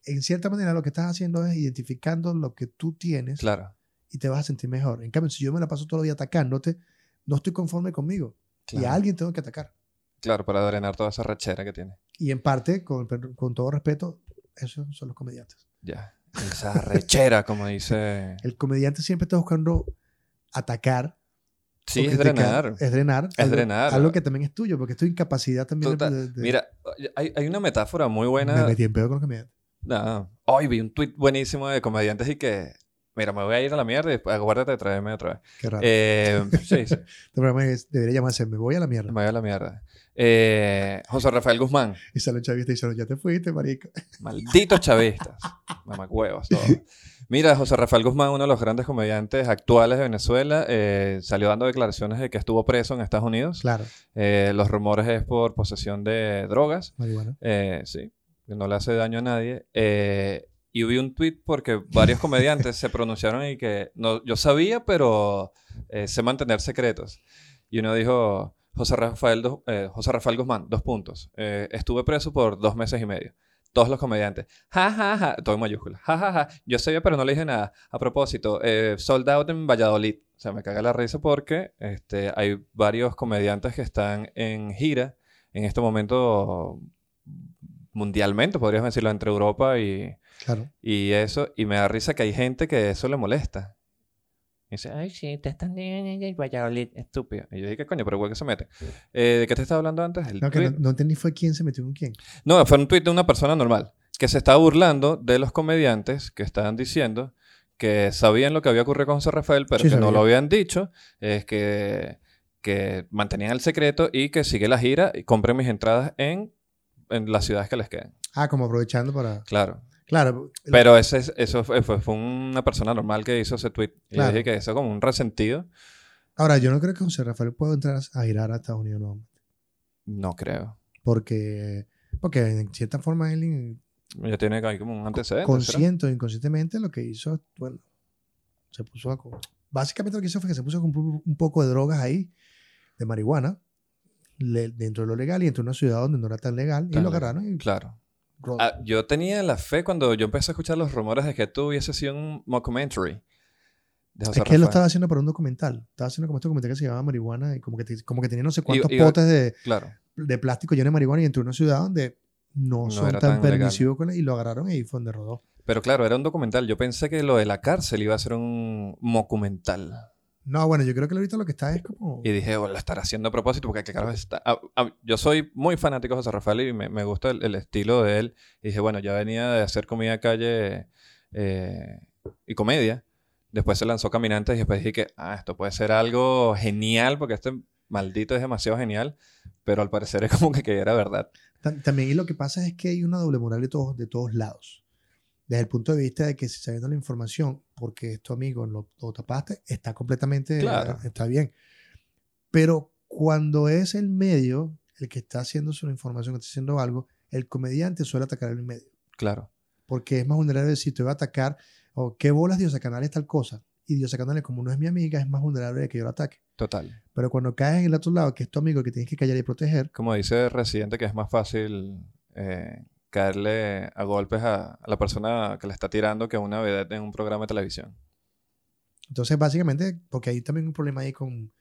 Speaker 1: En cierta manera, lo que estás haciendo es identificando lo que tú tienes
Speaker 2: Claro.
Speaker 1: y te vas a sentir mejor. En cambio, si yo me la paso todo el día atacándote, no estoy conforme conmigo y a
Speaker 2: Claro.
Speaker 1: alguien tengo que atacar.
Speaker 2: Claro, para drenar toda esa rachera que tiene.
Speaker 1: Y en parte, con, con todo respeto, esos son los comediantes.
Speaker 2: Ya. Esa rechera, como dice.
Speaker 1: El comediante siempre está buscando atacar. o
Speaker 2: Sí, es
Speaker 1: criticar,
Speaker 2: drenar.
Speaker 1: Es drenar.
Speaker 2: Es drenar.
Speaker 1: Algo que también es tuyo, porque es tu incapacidad también. de-
Speaker 2: Total.
Speaker 1: de- de-
Speaker 2: Mira, hay, hay una metáfora muy
Speaker 1: Me
Speaker 2: buena.
Speaker 1: metí en pedo con los comediantes.
Speaker 2: No. Hoy vi un tweet buenísimo de comediantes y que Mira, me voy a ir a la mierda y aguárdate de traerme otra vez.
Speaker 1: Qué raro.
Speaker 2: Eh, sí, sí,
Speaker 1: Este programa es- debería llamarse Me voy a la
Speaker 2: me
Speaker 1: mierda.
Speaker 2: voy a la mierda. Eh, José Rafael Guzmán,
Speaker 1: Y sale un chavista y dice, ya te fuiste,
Speaker 2: (laughs)
Speaker 1: marico.
Speaker 2: malditos chavistas, mamacuevas todo. Mira, José Rafael Guzmán, uno de los grandes comediantes actuales de Venezuela, eh, salió dando declaraciones de que estuvo preso en Estados Unidos.
Speaker 1: Claro,
Speaker 2: Eh, los rumores es por posesión de drogas.
Speaker 1: marihuana.
Speaker 2: Eh, sí, que no le hace daño a nadie. Eh, y vi un tweet porque varios comediantes se pronunciaron y que no, yo sabía, pero eh, sé mantener secretos. Y uno dijo, José Rafael, dos- eh, José Rafael Guzmán, dos puntos. Eh, estuve preso por dos meses y medio. Todos los comediantes. Ja, ja, ja. Todo en mayúsculas. Ja, ja, ja. Yo sabía, pero no le dije nada. A propósito, eh, sold out en Valladolid. O sea, me caga la risa porque este, hay varios comediantes que están en gira en este momento mundialmente, podríamos decirlo, entre Europa y,
Speaker 1: Claro.
Speaker 2: y eso. Y me da risa que hay gente que eso le molesta. Y dice, ay, sí, te están viendo en Valladolid, estúpido. Y yo dije, coño, pero igual que se meten. Eh, ¿De qué te estaba hablando antes? El
Speaker 1: No, que no,
Speaker 2: tweet.
Speaker 1: no entendí fue quién se metió con quién.
Speaker 2: No, fue un tuit de una persona normal que se estaba burlando de los comediantes que estaban diciendo que sabían lo que había ocurrido con José Rafael, pero
Speaker 1: Sí,
Speaker 2: que no
Speaker 1: sabía.
Speaker 2: lo habían dicho, es que, que mantenían el secreto y que sigue la gira y compren mis entradas en, en las ciudades que les queden.
Speaker 1: Ah, como aprovechando para...
Speaker 2: Claro.
Speaker 1: Claro.
Speaker 2: Pero ese, es- eso fue, fue- fue una persona normal que hizo ese tweet. Y yo
Speaker 1: Claro.
Speaker 2: dije que eso es como un resentido.
Speaker 1: Ahora, yo no creo que José Rafael pueda entrar a girar a Estados Unidos, no.
Speaker 2: No creo.
Speaker 1: Porque, porque en cierta forma él in-
Speaker 2: Ya tiene ahí como un antecedente. ¿será?
Speaker 1: consciente o inconscientemente lo que hizo, bueno, se puso a... co- Básicamente lo que hizo fue que se puso a comprar un poco de drogas ahí, de marihuana, le- dentro de lo legal y entró a una ciudad donde no era tan legal y
Speaker 2: Tan
Speaker 1: lo
Speaker 2: legal.
Speaker 1: agarraron y...
Speaker 2: Claro.
Speaker 1: ro-
Speaker 2: Ah, yo tenía la fe cuando yo empecé a escuchar los rumores de que esto hubiese sido un mockumentary. De
Speaker 1: es
Speaker 2: José
Speaker 1: que él lo
Speaker 2: Rafael.
Speaker 1: estaba haciendo para un documental. Estaba haciendo como este documental que se llamaba Marihuana y como que, te- como que tenía no sé cuántos
Speaker 2: y-
Speaker 1: potes de,
Speaker 2: Claro.
Speaker 1: de plástico lleno de marihuana y entró a una ciudad donde no,
Speaker 2: No
Speaker 1: son
Speaker 2: era
Speaker 1: tan,
Speaker 2: tan legal.
Speaker 1: permisivos con él y lo agarraron y ahí fue donde rodó.
Speaker 2: Pero claro, era un documental. Yo pensé que lo de la cárcel iba a ser un mockumental.
Speaker 1: No, bueno, yo creo que ahorita lo que está es como...
Speaker 2: Y dije, oh, lo estará haciendo a propósito porque claro, está... ah, ah, yo soy muy fanático de José Rafael y me, me gusta el, el estilo de él. Y dije, bueno, ya venía de hacer comida calle eh, y comedia. Después se lanzó Caminantes y después dije que, ah, esto puede ser algo genial porque este maldito es demasiado genial. Pero al parecer es (laughs) como que, que era verdad.
Speaker 1: Tam- También y lo que pasa es que hay una doble moral de todos, de todos lados. Desde el punto de vista de que si sabiendo la información, porque es tu amigo, lo, lo tapaste, está completamente,
Speaker 2: Claro.
Speaker 1: está bien. Pero cuando es el medio el que está haciendo su información, que está haciendo algo, el comediante suele atacar al medio.
Speaker 2: Claro,
Speaker 1: Porque es más vulnerable decir, te voy a atacar, o qué bolas Diosa Canales tal cosa. Y Diosa Canales, como no es mi amiga, es más vulnerable de que yo lo ataque.
Speaker 2: total.
Speaker 1: Pero cuando caes en el otro lado, que es tu amigo, que tienes que callar y proteger,
Speaker 2: Como dice Residente, que es más fácil eh, caerle a golpes a, a la persona que le está tirando que a una vedette en un programa de televisión.
Speaker 1: Entonces, básicamente, porque hay también un problema ahí con,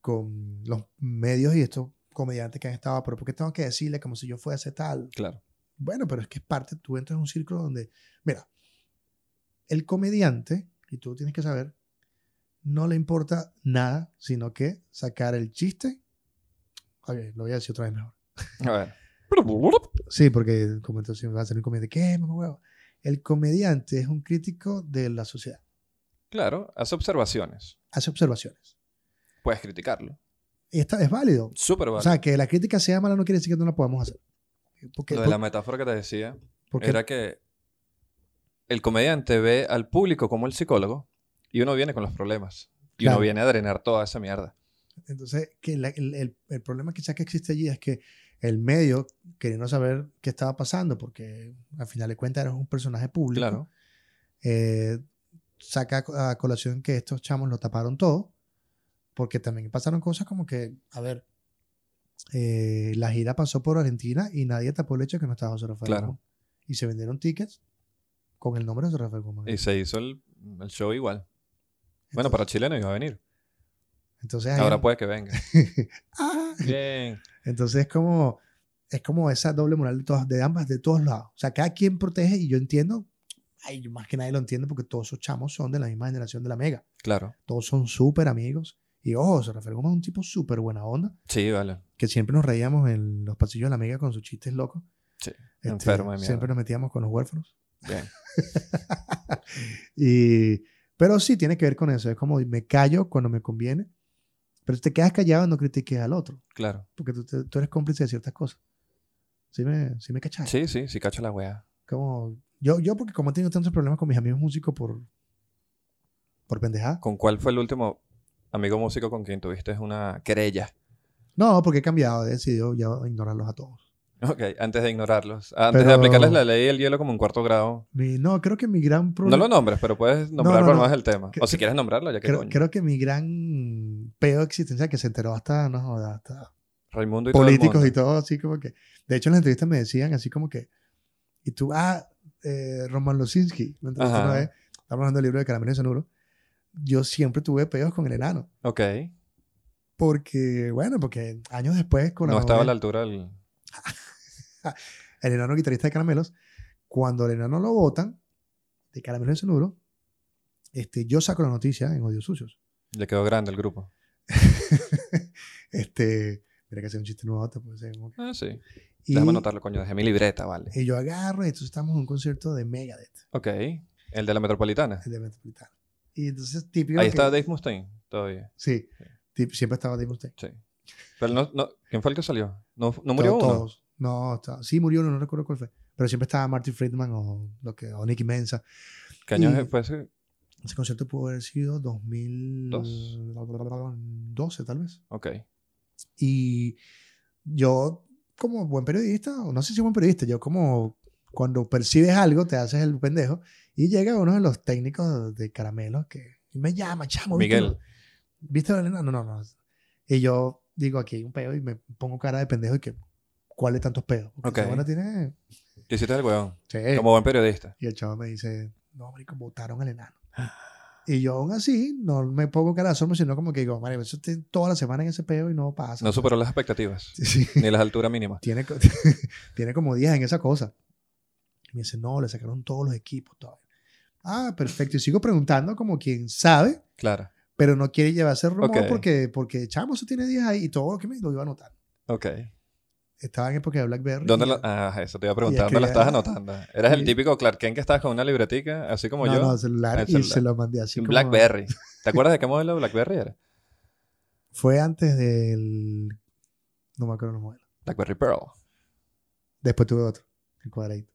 Speaker 1: con los medios y estos comediantes que han estado, pero ¿por qué tengo que decirle como si yo fuese tal?
Speaker 2: Claro.
Speaker 1: Bueno, pero es que es parte, tú entras en un círculo donde, mira, el comediante, y tú tienes que saber, no le importa nada, sino que sacar el chiste. Oye, lo voy a decir otra vez mejor.
Speaker 2: A ver.
Speaker 1: Sí, porque el comentario siempre va a ser un comediante. ¿Qué, mamá huevo? El comediante es un crítico de la sociedad.
Speaker 2: Claro, hace observaciones.
Speaker 1: Hace observaciones.
Speaker 2: Puedes criticarlo.
Speaker 1: Y esta es válido.
Speaker 2: Súper
Speaker 1: O
Speaker 2: válido.
Speaker 1: sea, que la crítica sea mala no quiere decir que no la podamos hacer. Porque,
Speaker 2: Lo de la metáfora que te decía
Speaker 1: porque
Speaker 2: era que el comediante ve al público como el psicólogo y uno viene con los problemas. Y
Speaker 1: Claro.
Speaker 2: uno viene a drenar toda esa mierda.
Speaker 1: entonces, que la- el, el- el problema quizás que existe allí es que el medio queriendo saber qué estaba pasando, porque al final de cuentas eres un personaje público,
Speaker 2: Claro.
Speaker 1: eh, saca a colación que estos chamos lo taparon todo, porque también pasaron cosas como que, a ver, eh, la gira pasó por Argentina y nadie tapó el hecho de que no estaba José Rafael.
Speaker 2: Claro.
Speaker 1: Guzmán. Y se vendieron tickets con el nombre de José Rafael. Guzmán.
Speaker 2: Y se hizo el, el show igual. Bueno,
Speaker 1: Entonces-
Speaker 2: para chileno iba a venir.
Speaker 1: Entonces, ahí-
Speaker 2: Ahora puede
Speaker 1: (laughs)
Speaker 2: que venga.
Speaker 1: Ah.
Speaker 2: Bien.
Speaker 1: Entonces es como, es como esa doble moral de, todas, de ambas, de todos lados. O sea, cada quien protege y yo entiendo, ay, yo más que nadie lo entiendo porque todos esos chamos son de la misma generación de la Mega.
Speaker 2: Claro.
Speaker 1: Todos son súper amigos. Y ojo, se Rafael Gómez es un tipo súper buena onda,
Speaker 2: Sí, vale.
Speaker 1: que siempre nos reíamos en los pasillos de la Mega con sus chistes locos.
Speaker 2: Sí,
Speaker 1: Este,
Speaker 2: enfermo de mierda.
Speaker 1: Siempre nos metíamos con los huérfanos.
Speaker 2: Bien.
Speaker 1: (laughs) y, pero sí tiene que ver con eso. Es como me callo cuando me conviene, pero te quedas callado y no critiques al otro,
Speaker 2: Claro.
Speaker 1: porque tú, te- tú eres cómplice de ciertas cosas. ¿Sí me, sí me cachas?
Speaker 2: Sí, sí, sí cacho la weá.
Speaker 1: Como, yo, yo, porque como he tenido tantos problemas con mis amigos músicos por, por pendejada.
Speaker 2: ¿Con cuál fue el último amigo músico con quien tuviste una querella?
Speaker 1: No, porque he cambiado, he decidido ya ignorarlos a todos.
Speaker 2: Ok, antes de ignorarlos. Ah, Antes de
Speaker 1: Pero-
Speaker 2: aplicarles la ley del hielo como en cuarto grado.
Speaker 1: Mi- no, creo que mi gran
Speaker 2: No
Speaker 1: problema...
Speaker 2: lo nombres, pero puedes nombrar
Speaker 1: no,
Speaker 2: por
Speaker 1: no.
Speaker 2: más el tema.
Speaker 1: Que-
Speaker 2: O si
Speaker 1: que-
Speaker 2: quieres nombrarlo, ya que
Speaker 1: creo,
Speaker 2: coño.
Speaker 1: creo que mi gran peo existencial que se enteró hasta, no, joda, hasta
Speaker 2: Raimundo y todo el
Speaker 1: políticos y
Speaker 2: mundo.
Speaker 1: todo, así como que. De hecho, en las entrevistas me decían así como que. Y tú, ah, eh, Roman Losinski, me entrevistó
Speaker 2: Ajá.
Speaker 1: una vez, estamos hablando del libro de Caramelo de Sonuro. Yo siempre tuve peos con el enano.
Speaker 2: Ok.
Speaker 1: Porque, bueno, porque años después, con
Speaker 2: No estaba a
Speaker 1: novela,
Speaker 2: la altura del...
Speaker 1: el enano guitarrista de Caramelos, cuando el enano lo votan, de Caramelo de Sonuro, este, yo saco la noticia en Odios Sucios.
Speaker 2: Le quedó grande el grupo.
Speaker 1: este, mira que hacer un chiste nuevo, te puede ser como que-
Speaker 2: Ah, sí.
Speaker 1: Y, Eh,
Speaker 2: Déjame anotarlo, coño. Dejé mi libreta, vale.
Speaker 1: y yo agarro, y entonces estamos en un concierto de Megadeth,
Speaker 2: Ok. El de la Metropolitana.
Speaker 1: el de Metropolitano. Y entonces, típico.
Speaker 2: Ahí
Speaker 1: que-
Speaker 2: está Dave Mustaine todavía.
Speaker 1: Sí, tip- siempre estaba Dave Mustaine.
Speaker 2: Sí. Pero no, no- ¿Quién fue el que salió? ¿No, no murió
Speaker 1: Todos-
Speaker 2: uno?
Speaker 1: todos. No, estaba- sí murió uno, no recuerdo cuál fue. Pero siempre estaba Martin Friedman o, lo que, o Nicky Mensa.
Speaker 2: ¿Qué año
Speaker 1: Y-
Speaker 2: fue ese?
Speaker 1: Ese concierto pudo haber sido 2012, tal vez.
Speaker 2: Ok.
Speaker 1: Y yo, como buen periodista, o no sé si buen periodista, yo como cuando percibes algo, te haces el pendejo, y llega uno de los técnicos de caramelos que y me llama, chamo. ¿viste
Speaker 2: Miguel.
Speaker 1: lo- ¿Viste lo del enano? No, no, no. Y yo digo, aquí hay un peo y me pongo cara de pendejo y que, ¿cuál de tantos pedos? Porque
Speaker 2: Ok.
Speaker 1: esa vaina tiene...
Speaker 2: ¿Qué hiciste el weón?
Speaker 1: Sí.
Speaker 2: Como buen periodista.
Speaker 1: Y el chavo me dice, no, marico, votaron al enano.
Speaker 2: Ah.
Speaker 1: Y yo aún así no me pongo cara de asombro, sino como que digo, marico, eso estoy toda la semana en ese peo y no pasa.
Speaker 2: No superó las expectativas.
Speaker 1: Sí, sí.
Speaker 2: (laughs) Ni las alturas mínimas.
Speaker 1: tiene, co- (laughs) tiene como 10 en esa cosa. Y me dice, no, le sacaron todos los equipos todavía. Ah, perfecto. Y sigo preguntando como quien sabe,
Speaker 2: Claro.
Speaker 1: pero no quiere llevarse el rumor
Speaker 2: Ok.
Speaker 1: porque, porque, chamo, eso tiene 10 ahí y todo lo que me lo iba a anotar.
Speaker 2: Ok.
Speaker 1: Estaba en época de BlackBerry.
Speaker 2: ¿Dónde
Speaker 1: y-
Speaker 2: la- Ah, eso te iba a preguntar. ¿Dónde
Speaker 1: escribí-
Speaker 2: la estabas anotando? Eras el
Speaker 1: y-
Speaker 2: típico Clark Kent que estabas con una libretica, así como
Speaker 1: no,
Speaker 2: yo.
Speaker 1: no, celular,
Speaker 2: Ah,
Speaker 1: y
Speaker 2: celular.
Speaker 1: se lo mandé así
Speaker 2: un
Speaker 1: como-
Speaker 2: Blackberry. ¿Te acuerdas de qué modelo de Blackberry era?
Speaker 1: Fue antes del... No me acuerdo los modelos.
Speaker 2: Blackberry Pearl.
Speaker 1: Después tuve otro, el cuadradito.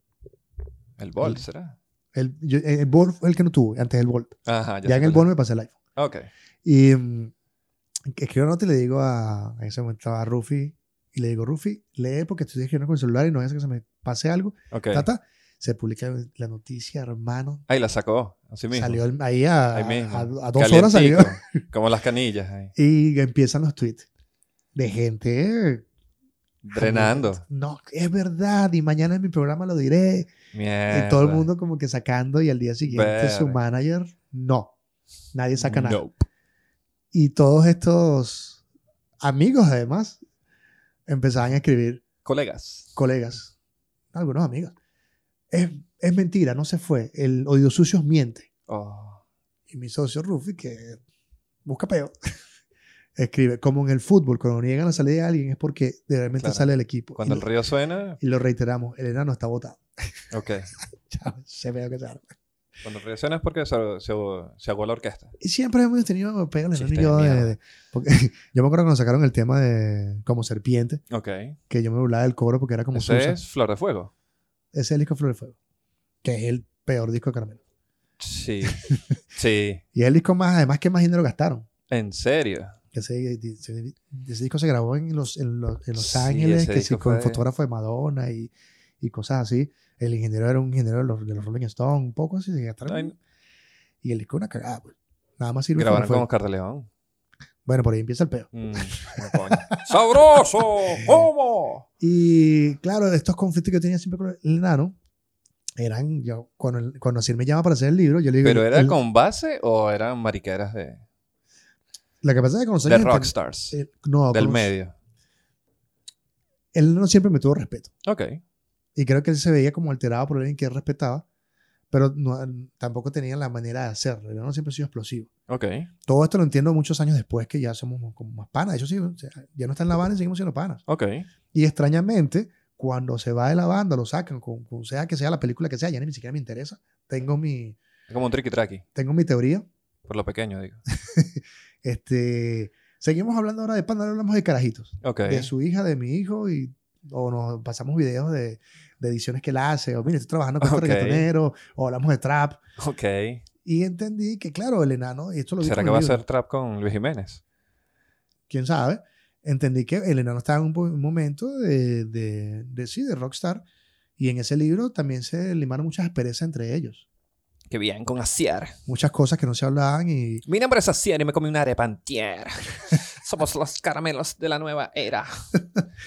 Speaker 2: El Bolt, ¿será?
Speaker 1: El, yo- el Volt fue el que no tuve, antes del Volt.
Speaker 2: Ajá,
Speaker 1: Ya,
Speaker 2: sé
Speaker 1: en el
Speaker 2: cuál
Speaker 1: Volt me pasé el iPhone.
Speaker 2: es. Ok.
Speaker 1: Y mm, escribo nota y le digo a. En ese momento estaba Rufi. Y le digo, Rufi, lee porque estoy escribiendo con el celular y no es que se me pase algo.
Speaker 2: Ok.
Speaker 1: Ta, ta. Se publica la noticia, hermano.
Speaker 2: Ahí la sacó. Así mismo.
Speaker 1: Salió el- ahí a,
Speaker 2: Ahí mismo.
Speaker 1: a- a dos horas salió.
Speaker 2: Calientico,
Speaker 1: (laughs)
Speaker 2: Como las canillas ahí.
Speaker 1: Y empiezan los tweets de gente. eh,
Speaker 2: Drenando.
Speaker 1: No, es verdad. Y mañana en mi programa lo diré.
Speaker 2: Mierda.
Speaker 1: Y todo el mundo como que sacando. Y al día siguiente su
Speaker 2: Verga.
Speaker 1: manager, no. Nadie saca nada.
Speaker 2: Nope.
Speaker 1: Y todos estos amigos, además, empezaban a escribir,
Speaker 2: Colegas.
Speaker 1: colegas, algunos amigos. Es, es mentira, no se fue. El odio sucios miente.
Speaker 2: Oh.
Speaker 1: Y mi socio Rufi, que busca peo, (laughs) escribe, como en el fútbol, cuando niegan la salida de alguien es porque realmente
Speaker 2: Claro.
Speaker 1: sale del equipo.
Speaker 2: Cuando
Speaker 1: y,
Speaker 2: el
Speaker 1: lo,
Speaker 2: río suena.
Speaker 1: y lo reiteramos, el enano está votado. (laughs)
Speaker 2: Ok.
Speaker 1: Chao, se veo que se arma.
Speaker 2: Cuando el río suena es porque se, se, se ahogó la orquesta.
Speaker 1: Y siempre hemos tenido peo, el enano
Speaker 2: Chiste
Speaker 1: y yo.
Speaker 2: de
Speaker 1: de-
Speaker 2: mierda.
Speaker 1: de- porque (laughs) yo me acuerdo cuando sacaron el tema de como serpiente,
Speaker 2: Ok.
Speaker 1: que yo me burlaba del cobro porque era como
Speaker 2: Ese
Speaker 1: Susa.
Speaker 2: es Flor de Fuego.
Speaker 1: es el disco Flor de Fuego, que es el peor disco de Caramelo.
Speaker 2: Sí.
Speaker 1: (laughs)
Speaker 2: sí.
Speaker 1: Y es el disco más, además, que más dinero gastaron.
Speaker 2: En serio.
Speaker 1: Ese, ese- ese disco se grabó en Los, en los, en los
Speaker 2: Sí,
Speaker 1: Ángeles,
Speaker 2: ese
Speaker 1: que sí,
Speaker 2: disco
Speaker 1: con
Speaker 2: fue-
Speaker 1: fotógrafo de Madonna y, y cosas así. El ingeniero era un ingeniero de los, de los Rolling Stones, un poco así, se gastaron.
Speaker 2: Ay,
Speaker 1: Y el disco es una cagada, pues. Nada más sirve Flor
Speaker 2: Grabaron
Speaker 1: de
Speaker 2: con
Speaker 1: Fuego.
Speaker 2: Oscar de León.
Speaker 1: Bueno, por ahí empieza el peo.
Speaker 2: Mm, no, coño. ¡Sabroso! ¿Cómo?
Speaker 1: Y claro, estos conflictos que yo tenía siempre con el enano eran, yo, cuando, el- cuando Sir me llama para hacer el libro, yo le digo...
Speaker 2: ¿Pero era
Speaker 1: el-
Speaker 2: con base o eran mariqueras de,
Speaker 1: Lo que pasa es que con los
Speaker 2: de
Speaker 1: años-
Speaker 2: rockstars?
Speaker 1: eh, no,
Speaker 2: Del
Speaker 1: con-
Speaker 2: medio.
Speaker 1: El enano siempre me tuvo respeto.
Speaker 2: Ok.
Speaker 1: Y creo que él se veía como alterado por alguien que él respetaba, pero no, tampoco tenía la manera de hacerlo. El enano siempre ha sido explosivo.
Speaker 2: Ok.
Speaker 1: Todo esto lo entiendo muchos años después que ya somos como más panas. De hecho, sí, o sea, ya no está en La Habana y seguimos siendo panas.
Speaker 2: Ok.
Speaker 1: Y extrañamente, cuando se va de la banda lo sacan, con, con sea que sea la película que sea, ya ni siquiera me interesa. Tengo mi,
Speaker 2: Es como un tricky traqui,
Speaker 1: tengo mi teoría.
Speaker 2: por lo
Speaker 1: (laughs)
Speaker 2: pequeño, digo.
Speaker 1: Este, seguimos hablando ahora de Panda, ahora hablamos de carajitos.
Speaker 2: Ok.
Speaker 1: De su hija, de mi hijo, y, o nos pasamos videos de, de ediciones que él hace, o mire, estoy trabajando con
Speaker 2: Ok.
Speaker 1: este reggaetonero, o hablamos de trap.
Speaker 2: Ok.
Speaker 1: Y entendí que, claro, el enano, y esto lo vi
Speaker 2: ¿Será
Speaker 1: con
Speaker 2: que
Speaker 1: el
Speaker 2: va a
Speaker 1: libro,
Speaker 2: ser trap con Luis Jiménez?
Speaker 1: quién sabe, entendí que el enano estaba en un po- un momento de, de, de, sí, de rockstar, y en ese libro también se limaron muchas asperezas entre ellos.
Speaker 2: Que bien con Asier.
Speaker 1: Muchas cosas que no se hablaban y
Speaker 2: Mi nombre es Asier y me comí una
Speaker 1: (laughs)
Speaker 2: arepa antier. Somos los caramelos de la nueva era.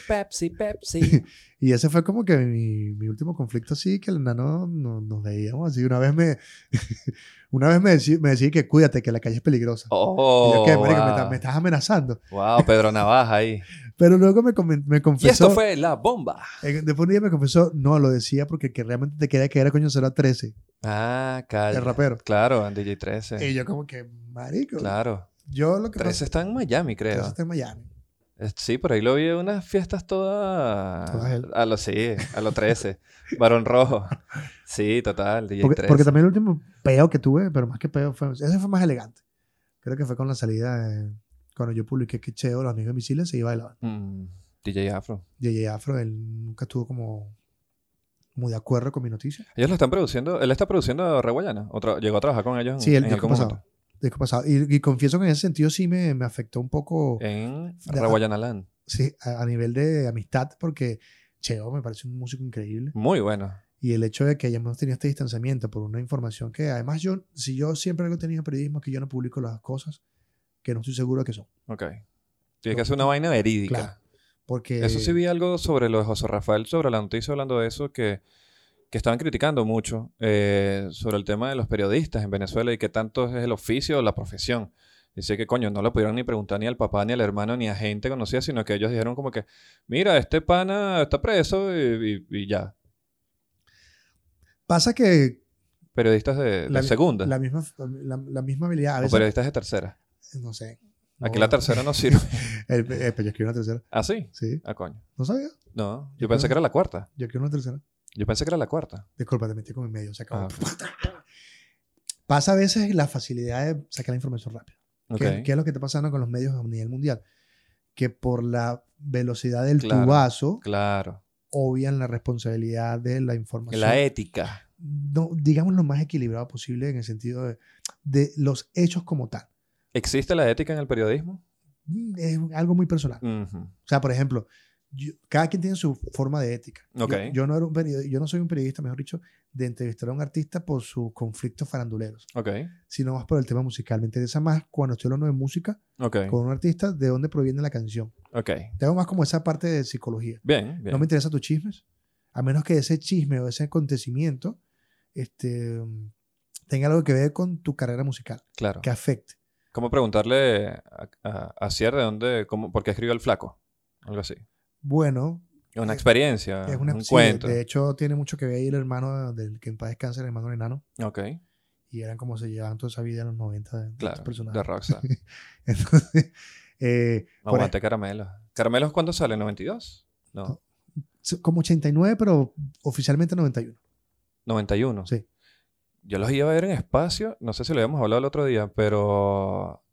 Speaker 2: Pepsi, Pepsi.
Speaker 1: Y ese fue como que mi, mi último conflicto así, que el enano no- nos veíamos así. Una vez me, (laughs) una vez me, decí- me decía que cuídate, que la calle es peligrosa. Y
Speaker 2: Oh,
Speaker 1: yo, "¿Qué, marico? me,
Speaker 2: wow.
Speaker 1: ta- me estás amenazando.
Speaker 2: Wow, Pedro
Speaker 1: (laughs)
Speaker 2: Navaja ahí.
Speaker 1: Pero luego me, comen- me confesó,
Speaker 2: Y esto fue La Bomba.
Speaker 1: en- después un día me confesó, no, lo decía porque que realmente te quería que era coño cero a 13,
Speaker 2: Ah, calla.
Speaker 1: el rapero.
Speaker 2: Claro, DJ 13.
Speaker 1: Y yo como que, marico,
Speaker 2: Claro.
Speaker 1: yo lo que
Speaker 2: 13 está en Miami, creo.
Speaker 1: 13 está en Miami.
Speaker 2: Eh, Sí, por ahí lo vi en unas fiestas todas.
Speaker 1: Todas él.
Speaker 2: A los sí, a los 13.
Speaker 1: (laughs)
Speaker 2: Varón Rojo. Sí, total, DJ
Speaker 1: Porque,
Speaker 2: 13.
Speaker 1: porque también el último peo que tuve, pero más que peo, fue, ese fue más elegante. Creo que fue con la salida, de- cuando yo publiqué que Cheo, los amigos de misiles, se iba a la
Speaker 2: Mm, DJ Afro.
Speaker 1: DJ Afro, él nunca estuvo como muy de acuerdo con mi noticia.
Speaker 2: Ellos lo están produciendo. Él está produciendo Re Guayana. o tra- Llegó a trabajar con ellos en,
Speaker 1: Sí, el
Speaker 2: en
Speaker 1: disco
Speaker 2: algún
Speaker 1: pasado. disco pasado. Y, y confieso que en ese sentido sí me, me afectó un poco
Speaker 2: momento. En
Speaker 1: De-
Speaker 2: Re Guayana Land.
Speaker 1: sí, a, a nivel de amistad porque Cheo me parece un músico increíble.
Speaker 2: Muy bueno.
Speaker 1: Y el hecho de que hayamos tenido este distanciamiento por una información que además yo, si yo siempre algo he tenido en periodismo es que yo no publico las cosas que no estoy seguro de que son.
Speaker 2: Ok. Tiene que hacer una vaina verídica.
Speaker 1: Claro. Porque
Speaker 2: Eso sí vi algo sobre lo de José Rafael, sobre la noticia hablando de eso, que, que estaban criticando mucho eh, sobre el tema de los periodistas en Venezuela y que tanto es el oficio o la profesión. Dice que, coño, no lo pudieron ni preguntar ni al papá, ni al hermano, ni a gente conocida, sino que ellos dijeron como que, mira, este pana está preso y, y- y ya.
Speaker 1: pasa que
Speaker 2: Periodistas de, de
Speaker 1: La-
Speaker 2: segunda
Speaker 1: la misma, la, la misma habilidad a
Speaker 2: o
Speaker 1: veces...
Speaker 2: periodistas de tercera.
Speaker 1: No sé.
Speaker 2: Aquí
Speaker 1: No-
Speaker 2: la tercera no sirve.
Speaker 1: (laughs) El, el, pero yo escribí una tercera.
Speaker 2: ¿Ah, sí?
Speaker 1: Sí.
Speaker 2: Ah, coño.
Speaker 1: No sabía.
Speaker 2: No,
Speaker 1: Yo
Speaker 2: yo pensé
Speaker 1: creo-
Speaker 2: que era la cuarta.
Speaker 1: Yo quiero una tercera.
Speaker 2: Yo pensé que era la cuarta.
Speaker 1: Disculpa, te metí con el medio. Se acabó.
Speaker 2: Ah,
Speaker 1: Pasa a veces la facilidad de sacar la información rápida.
Speaker 2: ok.
Speaker 1: ¿Qué, qué es lo que está pasando con los medios a nivel mundial? Que por la velocidad del
Speaker 2: Claro.
Speaker 1: tubazo,
Speaker 2: Claro.
Speaker 1: obvian la responsabilidad de la información.
Speaker 2: La E. ética.
Speaker 1: No, digamos lo más equilibrado posible en el sentido de, de los hechos como tal.
Speaker 2: ¿Existe la ética en el periodismo?
Speaker 1: Mm, Es algo muy personal.
Speaker 2: Ujú.
Speaker 1: O sea, por ejemplo, yo- cada quien tiene su forma de ética. Yo-
Speaker 2: Ok.
Speaker 1: Yo, no era un periodi- yo no soy un periodista, mejor dicho, de entrevistar a un artista por sus conflictos faranduleros.
Speaker 2: Ok,
Speaker 1: sino más por el tema musical. Me interesa más cuando estoy hablando de música
Speaker 2: ok,
Speaker 1: con un artista, de dónde proviene la canción.
Speaker 2: ok.
Speaker 1: Tengo más como esa parte de psicología.
Speaker 2: Bien, bien.
Speaker 1: No me interesan tus chismes, a menos que ese chisme o ese acontecimiento este, mm, tenga algo que ver con tu carrera musical,
Speaker 2: Claro.
Speaker 1: que afecte.
Speaker 2: ¿Cómo preguntarle a, a, a Cier de dónde, cómo, por qué escribió El Flaco? Algo así.
Speaker 1: Bueno,
Speaker 2: Ah, Es una
Speaker 1: Eh,
Speaker 2: experiencia,
Speaker 1: es una,
Speaker 2: un
Speaker 1: sí,
Speaker 2: cuento.
Speaker 1: de hecho tiene mucho que ver ahí el hermano del que en paz descansa, el hermano enano,
Speaker 2: Ok,
Speaker 1: y eran como se llevaban toda esa vida en los 90 de, de
Speaker 2: claro.
Speaker 1: estos personajes.
Speaker 2: De Rockstar.
Speaker 1: (laughs) Entonces, eh, por
Speaker 2: Aguante Caramelos. ¿Caramelos cuándo sale? ¿92? No,
Speaker 1: ej- como 89, pero oficialmente 91.
Speaker 2: 91.
Speaker 1: Sí.
Speaker 2: Yo los iba a ver en espacio, no sé si lo habíamos hablado el otro día, pero...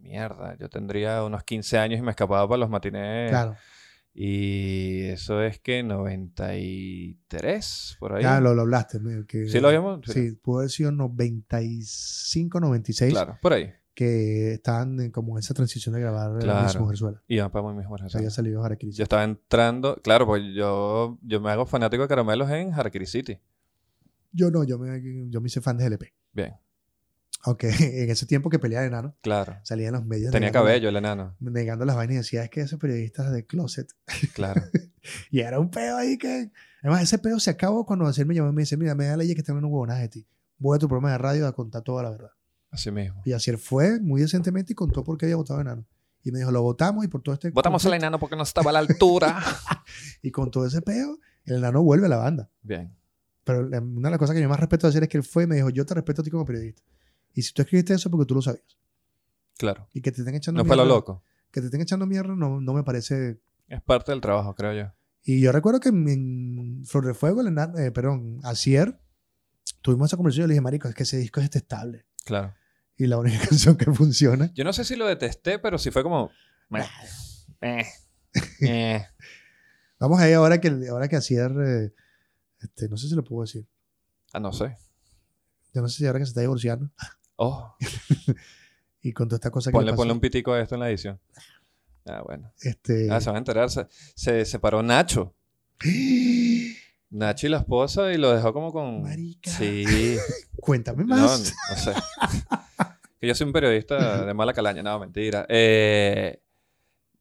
Speaker 2: Mierda, yo tendría unos 15 años y me escapaba para los matines.
Speaker 1: Claro.
Speaker 2: Y eso es que 93, por ahí.
Speaker 1: Ya lo, lo hablaste. me- Que,
Speaker 2: Sí, Ah, lo habíamos.
Speaker 1: Sí, pudo haber sido 95, 96,
Speaker 2: Claro, por ahí.
Speaker 1: que estaban en como esa transición de grabar
Speaker 2: Claro.
Speaker 1: la misma Venezuela.
Speaker 2: Y para muy mejor.
Speaker 1: O sea, había salido Harakiri.
Speaker 2: Yo estaba entrando, claro, pues yo, yo me hago fanático de caramelos en Harkiri City.
Speaker 1: Yo no, yo me, yo me hice fan de GLP.
Speaker 2: Bien,
Speaker 1: Aunque (laughs) en ese tiempo que peleaba de enano,
Speaker 2: claro.
Speaker 1: salía en los medios.
Speaker 2: Tenía
Speaker 1: negando-
Speaker 2: cabello el enano,
Speaker 1: Negando las vainas y decía, es que esos periodistas de closet.
Speaker 2: claro.
Speaker 1: Y era un peo ahí que... Además, ese peo se acabó cuando él me llamó y me dice, mira, me da la ley que están en un huevonaje de ti. Voy a tu programa de radio a contar toda la verdad.
Speaker 2: Así (laughs) mismo.
Speaker 1: Y así él fue muy decentemente y contó por qué había votado enano. Y me dijo, lo votamos y por todo este...
Speaker 2: Votamos al enano porque no estaba a la (laughs) altura.
Speaker 1: (laughs) Y con todo ese peo, el enano vuelve a la banda.
Speaker 2: Bien,
Speaker 1: Pero la- una de las cosas que yo más respeto de hacer es que él fue y me dijo, yo te respeto a ti como periodista. Y si tú escribiste eso, porque tú lo sabías.
Speaker 2: claro.
Speaker 1: Y que te estén echando
Speaker 2: No fue lo
Speaker 1: mierda-
Speaker 2: loco.
Speaker 1: Que te estén echando mierda no, no me parece...
Speaker 2: Es parte del trabajo, creo yo.
Speaker 1: Y yo recuerdo que en, en Flor de Fuego, el enan- eh, perdón, Acier, tuvimos esa conversación y yo le dije, marico, es que ese disco es detestable.
Speaker 2: Claro.
Speaker 1: Y la única (laughs) canción que funciona.
Speaker 2: Yo no sé si lo detesté, pero sí fue como. meh, meh, meh.
Speaker 1: Vamos ahí ahora que, ahora que Acier, eh, este, no sé si lo puedo decir.
Speaker 2: Ah, no sé.
Speaker 1: Yo no sé si ahora que se está divorciando
Speaker 2: Oh,
Speaker 1: y con toda esta cosa que le
Speaker 2: ponle,
Speaker 1: pasó,
Speaker 2: ponle un pitico a esto en la edición. Ah, bueno.
Speaker 1: este,
Speaker 2: Ah, se van a enterar. Se, se separó Nacho. Nacho y la esposa y lo dejó como con.
Speaker 1: Marica.
Speaker 2: Sí.
Speaker 1: Cuéntame
Speaker 2: No,
Speaker 1: más.
Speaker 2: no sé. (laughs) que yo soy un periodista de mala calaña. No, mentira. Eh,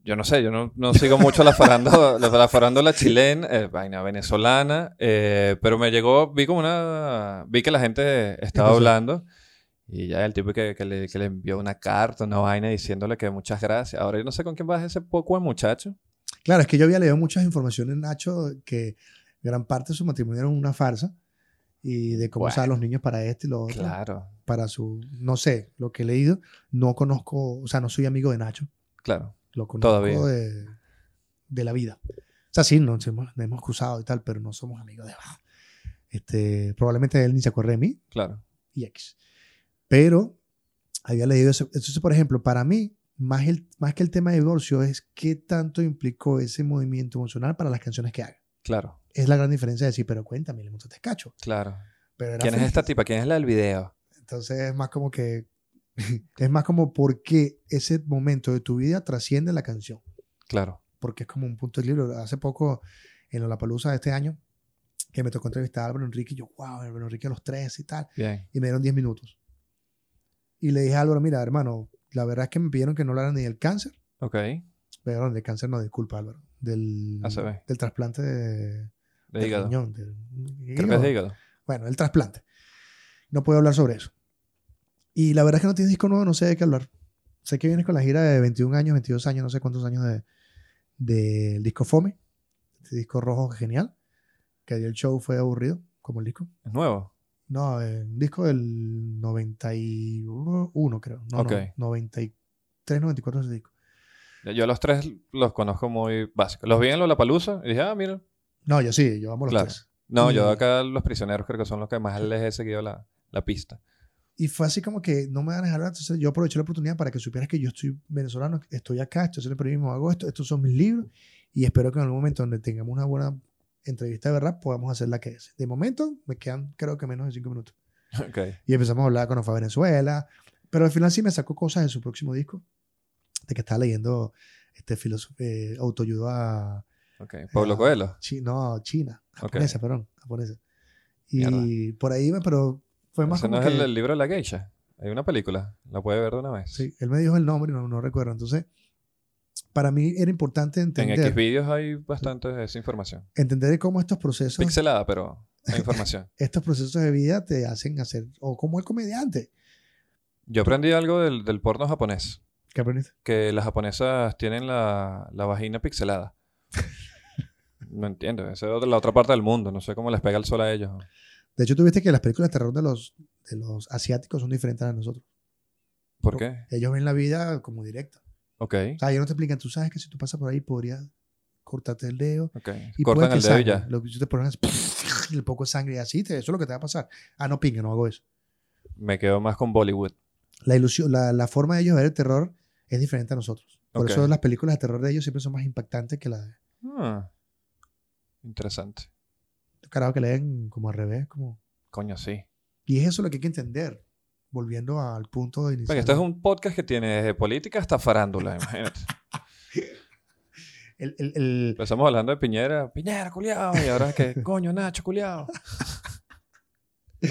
Speaker 2: yo no sé, yo no, no sigo mucho la farándula, la, la farándula chilena, eh, vaina venezolana, eh, pero me llegó, vi como una, vi que la gente estaba
Speaker 1: pasó?
Speaker 2: hablando y ya el tipo que, que le, que le envió una carta, una vaina diciéndole que muchas gracias. Ahora yo no sé con quién vas ese poco de muchacho.
Speaker 1: Claro, es que yo había leído muchas informaciones, Nacho, que gran parte de su matrimonio era una farsa y de cómo
Speaker 2: Bueno.
Speaker 1: usaban los niños para esto y lo otro,
Speaker 2: Claro,
Speaker 1: para su, no sé, lo que he leído, no conozco, o sea, no soy amigo de Nacho,
Speaker 2: claro.
Speaker 1: lo conozco
Speaker 2: Todavía.
Speaker 1: de, de la vida. O sea, sí, nos hemos, nos hemos cruzado y tal, pero no somos amigos de este, probablemente él ni se acuerde de mí,
Speaker 2: Claro,
Speaker 1: y X. Pero había leído eso. Entonces, por ejemplo, para mí, más, el, más que el tema de divorcio, es qué tanto implicó ese movimiento emocional para las canciones que haga.
Speaker 2: claro,
Speaker 1: Es la gran diferencia de decir, pero cuéntame, le montaste cacho.
Speaker 2: claro.
Speaker 1: Pero era
Speaker 2: ¿Quién es este?
Speaker 1: feliz.
Speaker 2: esta tipa? ¿Quién es la del video?
Speaker 1: Entonces es más como que, (laughs) es más como porque ese momento de tu vida trasciende la canción.
Speaker 2: Claro,
Speaker 1: Porque es como un punto de libro. Hace poco, en Lollapalooza de este año, que me tocó entrevistar a Álvaro Enrique, y yo, wow, Álvaro Enrique a los tres y tal.
Speaker 2: bien,
Speaker 1: y me dieron 10 minutos. Y le dije a Álvaro, mira, hermano, la verdad es que me pidieron que no hablara ni del cáncer,
Speaker 2: ok.
Speaker 1: perdón, del cáncer no, disculpa Álvaro, del,
Speaker 2: ACV.
Speaker 1: del trasplante de,
Speaker 2: De
Speaker 1: del
Speaker 2: hígado.
Speaker 1: riñón, del
Speaker 2: Creo que
Speaker 1: hígado.
Speaker 2: es de hígado.
Speaker 1: Bueno, el trasplante. No puedo hablar sobre eso. Y la verdad es que no tienes disco nuevo, no sé de qué hablar. Sé que vienes con la gira de 21 años, 22 años, no sé cuántos años de- del disco Fome, este disco rojo genial, que el show fue aburrido, como el disco.
Speaker 2: ¿Es nuevo?
Speaker 1: No, eh, un disco del 91, creo. No,
Speaker 2: Ok.
Speaker 1: no, 93, 94 es el disco.
Speaker 2: Yo a los tres los conozco muy básicos. Los vi en Lollapalooza y dije, ah, mira.
Speaker 1: No, yo sí, yo amo los
Speaker 2: Claro.
Speaker 1: tres.
Speaker 2: No,
Speaker 1: Mm.
Speaker 2: yo acá los prisioneros creo que son los que más les he seguido la, la pista.
Speaker 1: (laughs) Y fue así como que no me van a dejar hablar, entonces yo aproveché la oportunidad para que supieras que yo estoy venezolano, estoy acá, estoy haciendo periodismo, hago esto, estos son mis libros y espero que en algún momento donde tengamos una buena entrevista de verdad podamos hacer la que es. De momento me quedan creo que menos de 5 minutos.
Speaker 2: ok,
Speaker 1: Y empezamos a hablar cuando fue a Venezuela. Pero al final sí me sacó cosas de su próximo disco. De que estaba leyendo este filoso- eh, autoayuda
Speaker 2: ok. Pablo
Speaker 1: Ah.
Speaker 2: Coelho.
Speaker 1: chi- no, china,
Speaker 2: Ok.
Speaker 1: japonesa, perdón, japonesa. Y
Speaker 2: Mierda.
Speaker 1: por ahí, me- pero fue más
Speaker 2: Ese
Speaker 1: como
Speaker 2: no es
Speaker 1: que...
Speaker 2: el, el libro de la geisha. Hay una película. La puede ver de una vez.
Speaker 1: Sí, él me dijo el nombre, no, no recuerdo. Entonces, para mí era importante
Speaker 2: En
Speaker 1: entender,
Speaker 2: X vídeos hay bastante de esa información.
Speaker 1: entender cómo estos procesos,
Speaker 2: Pixelada, pero hay
Speaker 1: (laughs)
Speaker 2: información.
Speaker 1: estos procesos de vida te hacen hacer, o como el comediante.
Speaker 2: Yo aprendí algo del, del porno japonés.
Speaker 1: ¿Qué aprendiste?
Speaker 2: Que las japonesas tienen la, la vagina pixelada. (laughs) No entiendo. Esa es otra- la otra parte del mundo. No sé cómo les pega el sol a ellos.
Speaker 1: De hecho, tuviste que las películas de terror de los, de los asiáticos son diferentes a nosotros.
Speaker 2: ¿Por qué?
Speaker 1: Ellos ven la vida como directa.
Speaker 2: Ok,
Speaker 1: O sea, ellos no te explican, tú sabes que si tú pasas por ahí podrías cortarte el dedo
Speaker 2: ok.
Speaker 1: y
Speaker 2: Cortan
Speaker 1: puede
Speaker 2: el
Speaker 1: que
Speaker 2: dedo y
Speaker 1: sangre.
Speaker 2: ya.
Speaker 1: Lo que tú te pones es (laughs) el poco de sangre y así, te- eso es lo que te va a pasar. Ah, no pinga, no hago eso.
Speaker 2: Me quedo más con Bollywood.
Speaker 1: La ilusión, la, la forma de ellos ver el terror es diferente a nosotros. Por
Speaker 2: Ok.
Speaker 1: eso las películas de terror de ellos siempre son más impactantes que las de
Speaker 2: Ah, Interesante.
Speaker 1: carajo que leen como al revés. Como...
Speaker 2: Coño, sí.
Speaker 1: Y es eso lo que hay que entender, volviendo al punto de inicial.
Speaker 2: Porque esto este es un podcast que tiene desde política hasta
Speaker 1: (laughs)
Speaker 2: farándula, imagínate.
Speaker 1: El- el- el-
Speaker 2: Empezamos hablando de Piñera. Piñera, culiao. Y ahora que, coño, Nacho, culiao.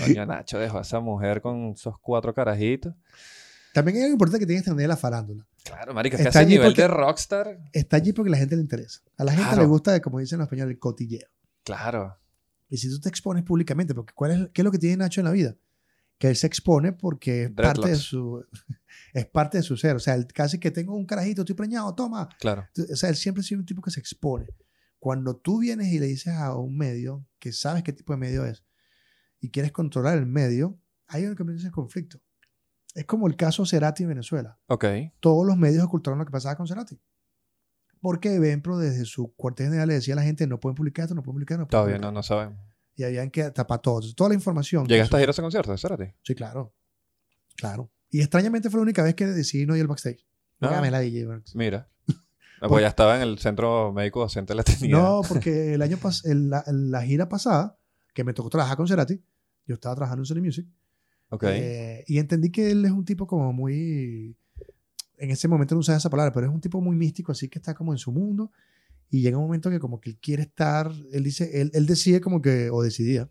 Speaker 2: Coño, Nacho dejó a esa mujer con esos cuatro carajitos.
Speaker 1: También hay algo importante que tienes que entender de la farándula.
Speaker 2: Claro, marica, es que
Speaker 1: Está
Speaker 2: ese
Speaker 1: allí
Speaker 2: nivel
Speaker 1: porque-
Speaker 2: de rockstar.
Speaker 1: Está allí porque a la gente le interesa. A la gente
Speaker 2: Claro.
Speaker 1: le gusta, como dicen los españoles, el cotilleo.
Speaker 2: Claro,
Speaker 1: Y si tú te expones públicamente, porque ¿cuál es, ¿qué es lo que tiene Nacho en la vida? Que él se expone porque es parte de
Speaker 2: Dreadlocks.
Speaker 1: su (laughs) es parte de su ser. O sea, él casi que tengo un carajito, estoy preñado, toma.
Speaker 2: claro.
Speaker 1: O sea, él siempre ha sido un tipo que se expone. Cuando tú vienes y le dices a un medio que sabes qué tipo de medio es y quieres controlar el medio, ahí es donde comienza el conflicto. Es como el caso Cerati en Venezuela.
Speaker 2: Ok.
Speaker 1: Todos los medios ocultaron lo que pasaba con Cerati. Porque Benpro desde su cuartel general le decía a la gente, no pueden publicar esto, no pueden publicar, no pueden
Speaker 2: Todavía no,
Speaker 1: publicar".
Speaker 2: no sabemos.
Speaker 1: Y habían que tapar todo. Toda la información.
Speaker 2: ¿Llegaste a ir a ese concierto? Espérate.
Speaker 1: Sí, claro. Claro. Y extrañamente fue la única vez que decidí no ir al backstage.
Speaker 2: Ah.
Speaker 1: Dame la DJ Burns.
Speaker 2: (laughs) Mira. Ah, Pues ya estaba en el centro médico docente de la tenía. (laughs)
Speaker 1: No, porque el año pas el- la, la gira pasada, que me tocó trabajar con Cerati, yo estaba trabajando en Sony Music,
Speaker 2: Ok.
Speaker 1: eh, y entendí que él es un tipo como muy, en ese momento no usaba esa palabra, pero es un tipo muy místico, así que está como en su mundo, y llega un momento que como que él quiere estar, él dice, él, él decide como que, o decidía,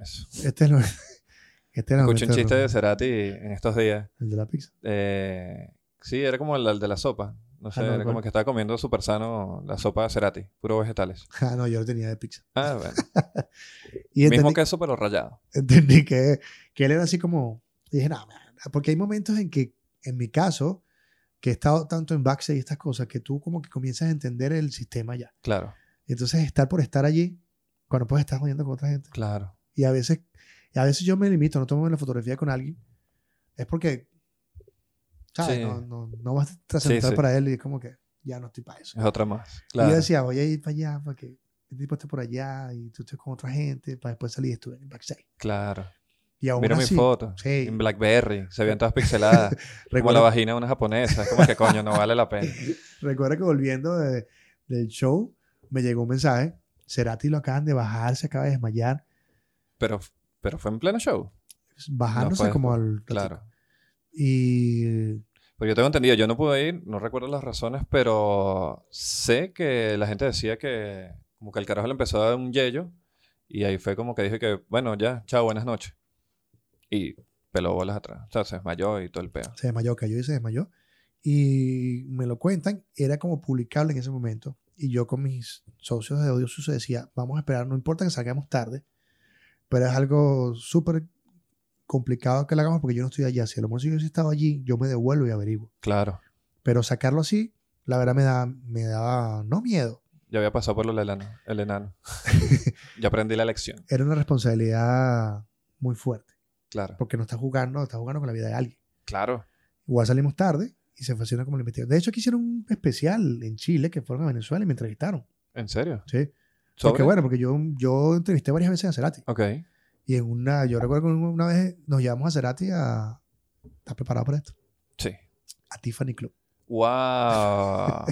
Speaker 2: Eso.
Speaker 1: este es lo... (laughs) Este era el
Speaker 2: Escuché un
Speaker 1: momento
Speaker 2: chiste
Speaker 1: de-
Speaker 2: de Cerati en estos días.
Speaker 1: el de la pizza. (laughs)
Speaker 2: Eh, sí, era como el, el de la sopa. No sé,
Speaker 1: Ah, no,
Speaker 2: era como
Speaker 1: ¿cuál?
Speaker 2: que estaba comiendo súper sano la sopa de Cerati, puro vegetales.
Speaker 1: Ah, no, yo lo tenía de pizza. (laughs)
Speaker 2: Ah, bueno.
Speaker 1: Y
Speaker 2: Mismo
Speaker 1: entendí,
Speaker 2: queso, pero rallado.
Speaker 1: entendí que, que él era así como, dije, no, man", porque hay momentos en que, en mi caso, que he estado tanto en backstage y estas cosas, que tú como que comienzas a entender el sistema ya.
Speaker 2: Claro,
Speaker 1: Entonces, estar por estar allí, cuando puedes estar jodiendo con otra gente.
Speaker 2: claro.
Speaker 1: Y a veces, y a veces yo me limito, no tomo la fotografía con alguien, es porque, ¿sabes?
Speaker 2: Sí.
Speaker 1: No, no, no vas a trascendental
Speaker 2: sí.
Speaker 1: para él y es como que, ya no estoy para eso.
Speaker 2: Es otra más.
Speaker 1: Y
Speaker 2: Claro.
Speaker 1: yo decía, voy a ir para allá para que el tipo esté por allá y tú estés con otra gente para después salir y estuve en el backstage.
Speaker 2: Claro.
Speaker 1: Y aún
Speaker 2: Mira
Speaker 1: así,
Speaker 2: mi foto.
Speaker 1: Sí.
Speaker 2: En Blackberry.
Speaker 1: (laughs)
Speaker 2: Se veían todas pixeladas. como la
Speaker 1: recuerdo-
Speaker 2: vagina de una japonesa. Es como que coño, no vale la pena.
Speaker 1: (laughs) Recuerdo que volviendo de- del show, me llegó un mensaje. Cerati lo acaban de bajar, se acaba de desmayar.
Speaker 2: Pero, pero fue en pleno show.
Speaker 1: Bajándose
Speaker 2: puedes-
Speaker 1: como al...
Speaker 2: Claro.
Speaker 1: Y...
Speaker 2: Pues yo tengo entendido, yo no pude ir, no recuerdo las razones, pero sé que la gente decía que como que el carajo le empezó a dar un yello y ahí fue como que dije que, bueno, ya, chao, buenas noches. Y peló bolas atrás, o sea, se desmayó y todo el pedo.
Speaker 1: se desmayó, cayó y se desmayó. Y me lo cuentan, era como publicable en ese momento. Y yo con mis socios de Odio Sucio decía, vamos a esperar, no importa que salgamos tarde, pero es algo súper complicado que lo hagamos porque yo no estoy allá. Si a lo mejor si yo hubiese estado allí, yo me devuelvo y averiguo.
Speaker 2: Claro,
Speaker 1: Pero sacarlo así, la verdad me da, me daba, no miedo,
Speaker 2: ya había pasado por lo del enano. El enano. ya aprendí la lección,
Speaker 1: era una responsabilidad muy fuerte,
Speaker 2: claro.
Speaker 1: porque no estás jugando, estás jugando con la vida de alguien.
Speaker 2: Claro,
Speaker 1: Igual salimos tarde y se fascina como la investigación. De hecho, aquí hicieron un especial en Chile que fueron a Venezuela y me entrevistaron.
Speaker 2: en serio.
Speaker 1: Sí.
Speaker 2: ¿Sobre?
Speaker 1: Porque bueno, porque yo, yo entrevisté varias veces a Cerati.
Speaker 2: Ok,
Speaker 1: Y en una, yo recuerdo que una vez nos llevamos a Cerati a. ¿Estás preparado para esto?
Speaker 2: sí.
Speaker 1: A Tiffany Club.
Speaker 2: ¡Wow!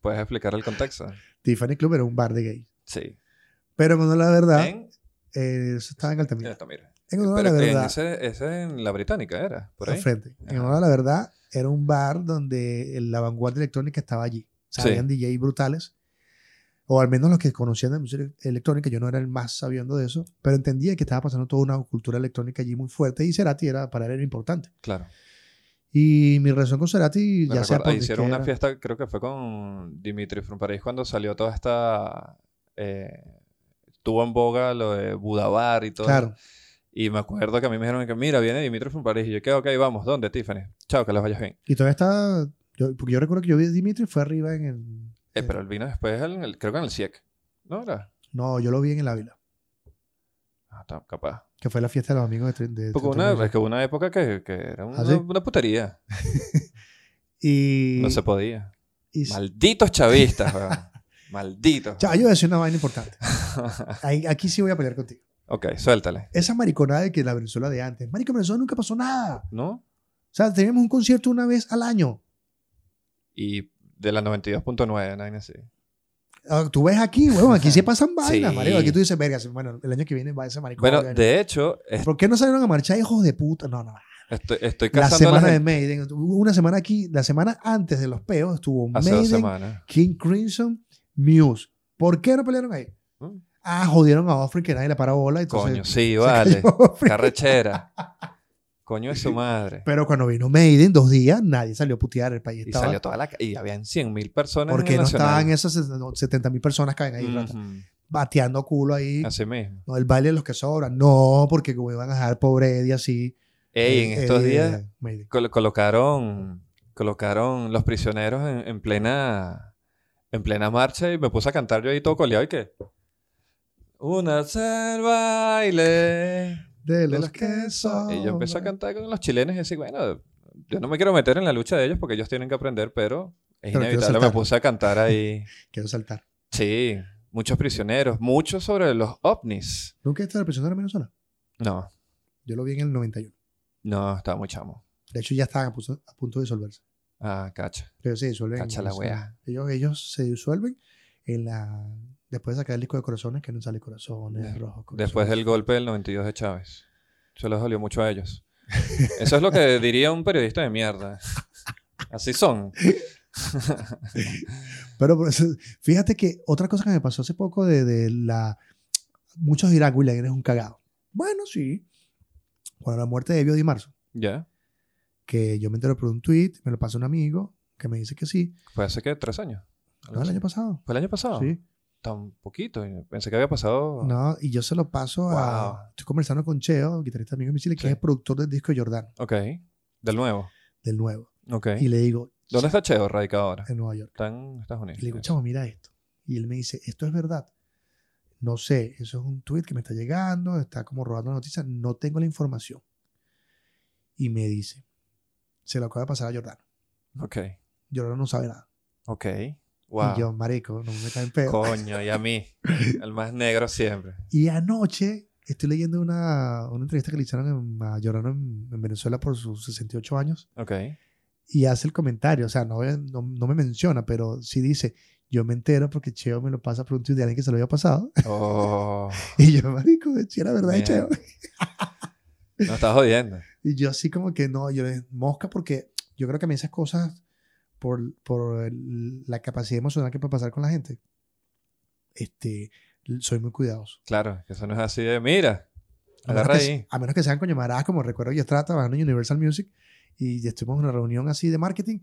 Speaker 2: ¿Puedes explicar el contexto?
Speaker 1: Tiffany Club era un bar de gays.
Speaker 2: Sí.
Speaker 1: Pero cuando la verdad,
Speaker 2: En
Speaker 1: eh, eso estaba en Altamira.
Speaker 2: mira.
Speaker 1: En honor a la
Speaker 2: Pero en
Speaker 1: verdad,
Speaker 2: ese, ese en la británica era, por
Speaker 1: al
Speaker 2: ahí.
Speaker 1: frente. En
Speaker 2: Ajá.
Speaker 1: honor a la verdad, era un bar donde la vanguardia electrónica estaba allí. O sea,
Speaker 2: Sí.
Speaker 1: habían DJ brutales. O al menos los que conocían de música electrónica, yo no era el más sabiendo de eso, pero entendía que estaba pasando toda una cultura electrónica allí muy fuerte y Cerati era, para él era importante.
Speaker 2: Claro.
Speaker 1: Y mi relación con Cerati
Speaker 2: Me
Speaker 1: ya sea
Speaker 2: recuerdo,
Speaker 1: por
Speaker 2: hicieron una
Speaker 1: disquera-
Speaker 2: fiesta, creo que fue con Dimitri from Paris cuando salió toda esta. Eh, tuvo en boga lo de Budabar y todo.
Speaker 1: Claro,
Speaker 2: Y me acuerdo que a mí me dijeron que, mira, viene Dimitri from Paris Y yo, que, ok, vamos, ¿dónde, Tiffany? Chao, que les vayas bien.
Speaker 1: y todavía está. yo- porque yo recuerdo que yo vi a Dimitri fue arriba en el. Sí.
Speaker 2: Eh, Pero él vino después, en el- creo que en el CIEC. ¿No era?
Speaker 1: No, yo lo vi en el Ávila,
Speaker 2: Ah, está, capaz.
Speaker 1: que fue la fiesta de los amigos de. Tren- de
Speaker 2: Porque
Speaker 1: Tren-
Speaker 2: una,
Speaker 1: Tren-
Speaker 2: es que hubo una época que, que era una,
Speaker 1: ¿Ah, sí?
Speaker 2: una putería.
Speaker 1: Y.
Speaker 2: No
Speaker 1: (laughs)
Speaker 2: se podía.
Speaker 1: y-
Speaker 2: Malditos chavistas, weón.
Speaker 1: (laughs)
Speaker 2: Malditos.
Speaker 1: Ya, yo voy a decir una vaina
Speaker 2: (laughs)
Speaker 1: importante. Ahí- aquí sí voy a pelear contigo.
Speaker 2: ok, suéltale.
Speaker 1: Esa mariconada de que la Venezuela de antes. Marico, en Venezuela nunca pasó nada.
Speaker 2: ¿no?
Speaker 1: O sea, teníamos un concierto una vez al año.
Speaker 2: Y de la 92.9, nadie así.
Speaker 1: Ah, Tú ves aquí, huevón, aquí se pasan vainas,
Speaker 2: Sí.
Speaker 1: marico. Aquí tú dices, verga, bueno, el año que viene va ese maricón.
Speaker 2: Bueno,
Speaker 1: verga".
Speaker 2: de hecho, es-
Speaker 1: ¿Por qué no salieron a marchar, hijos de puta? No, no,
Speaker 2: estoy, estoy
Speaker 1: La
Speaker 2: casando a la
Speaker 1: semana de
Speaker 2: gente
Speaker 1: Maiden. Hubo Una semana aquí, la semana antes de los peos, estuvo
Speaker 2: hace dos
Speaker 1: Maiden,
Speaker 2: semanas.
Speaker 1: King Crimson, Muse. ¿Por qué no pelearon ahí?
Speaker 2: Mm.
Speaker 1: Ah, jodieron a Offrey que nadie le paró bola. Entonces,
Speaker 2: Coño, sí,
Speaker 1: se
Speaker 2: vale.
Speaker 1: cayó (laughs) Offrey.
Speaker 2: Carrechera. Coño es su madre.
Speaker 1: Pero cuando vino Maiden, dos días, nadie salió a putear. El país
Speaker 2: Y
Speaker 1: estaba.
Speaker 2: salió toda la... ca- Y habían 100.000 personas
Speaker 1: porque
Speaker 2: en el
Speaker 1: no
Speaker 2: Nacional.
Speaker 1: estaban esas 70 mil personas que ven ahí rata,
Speaker 2: Ujú,
Speaker 1: bateando culo ahí.
Speaker 2: Así mismo.
Speaker 1: No, el baile de los que sobran. No, porque como iban a dejar pobre Eddie así.
Speaker 2: Ey, en
Speaker 1: Eh,
Speaker 2: estos
Speaker 1: Eddie,
Speaker 2: días
Speaker 1: eh, Maiden.
Speaker 2: col- colocaron... Colocaron los prisioneros en, en plena... En plena marcha y me puse a cantar yo ahí todo coleado y que... Una el baile...
Speaker 1: De
Speaker 2: de
Speaker 1: los,
Speaker 2: los
Speaker 1: que sobran.
Speaker 2: Y yo empecé a cantar con los chilenos y decir, bueno, yo no me quiero meter en la lucha de ellos porque ellos tienen que aprender, pero Es
Speaker 1: Pero quiero
Speaker 2: inevitable, me
Speaker 1: saltar.
Speaker 2: puse a cantar ahí.
Speaker 1: Quiero saltar.
Speaker 2: Sí, muchos prisioneros, muchos sobre los ovnis.
Speaker 1: ¿Nunca está la prisionera en Venezuela?
Speaker 2: No,
Speaker 1: Yo lo vi en el 91.
Speaker 2: no, estaba muy chamo.
Speaker 1: De hecho, ya estaban a punto, a punto de disolverse.
Speaker 2: Ah, cacha.
Speaker 1: Pero se disuelven.
Speaker 2: Cacha la
Speaker 1: o sea,
Speaker 2: wea.
Speaker 1: Ellos, ellos se disuelven en la... Después de sacar el disco de corazones, que no sale corazones,
Speaker 2: De-
Speaker 1: rojos, corazones.
Speaker 2: Después del golpe del 92 de Chávez. Eso les dolió mucho a ellos. Eso es
Speaker 1: (laughs)
Speaker 2: lo que diría un periodista de mierda. Así son.
Speaker 1: Pero por eso- fíjate que otra cosa que me pasó hace poco de, de la... Muchos dirán, William, eres un cagado. Bueno, sí. Cuando la muerte de Biodi Marzo,
Speaker 2: ¿Ya?
Speaker 1: que yo me entero por un tweet, me lo pasa un amigo que me dice que sí.
Speaker 2: Fue hace que tres años. Algo
Speaker 1: No, el
Speaker 2: así.
Speaker 1: año pasado.
Speaker 2: ¿Fue el año pasado?
Speaker 1: Sí.
Speaker 2: Tan poquito. yo Pensé que había pasado.
Speaker 1: No, y yo se lo paso a...
Speaker 2: Wow.
Speaker 1: Estoy conversando con Cheo, guitarrista amigo de Missile, que
Speaker 2: Sí.
Speaker 1: es el productor del disco Jordán,
Speaker 2: Ok. Del nuevo.
Speaker 1: del nuevo.
Speaker 2: Ok.
Speaker 1: Y le digo...
Speaker 2: ¿Dónde está Cheo radicado ahora?
Speaker 1: En Nueva York.
Speaker 2: Está en Estados Unidos.
Speaker 1: Y le digo, chamo, mira esto. Y él me dice, esto es verdad. No sé, eso es un tweet que me está llegando, está como robando la noticia, no tengo la información. Y me dice, se lo acaba de pasar a Jordano.
Speaker 2: Ok.
Speaker 1: Jordano no sabe nada.
Speaker 2: Ok. Wow.
Speaker 1: Y yo, marico, no me cae en pedo.
Speaker 2: Coño, y
Speaker 1: (laughs)
Speaker 2: a mí. El más negro siempre.
Speaker 1: Y anoche estoy leyendo una, una entrevista que le hicieron en- a Jordano en, en Venezuela por sus 68 años (laughs)
Speaker 2: Ok.
Speaker 1: y hace el comentario, o sea, no, no, no me menciona, pero sí dice, yo me entero porque Cheo me lo pasa por un tweet de alguien que se lo había pasado. (laughs)
Speaker 2: Oh.
Speaker 1: Y yo, marico, si era verdad,
Speaker 2: Mira.
Speaker 1: Cheo.
Speaker 2: No estás jodiendo.
Speaker 1: Y yo así como que no, yo le- mosca porque yo creo que a mí esas cosas por, por el- la capacidad emocional que puede pasar con la gente, este, l- soy muy cuidadoso.
Speaker 2: Claro, que eso no es así de. Mira.
Speaker 1: A menos,
Speaker 2: Agarra
Speaker 1: que,
Speaker 2: ahí.
Speaker 1: se- a menos que sean coño maradas, como recuerdo yo estaba trabajando en Universal Music y estuvimos en una reunión así de marketing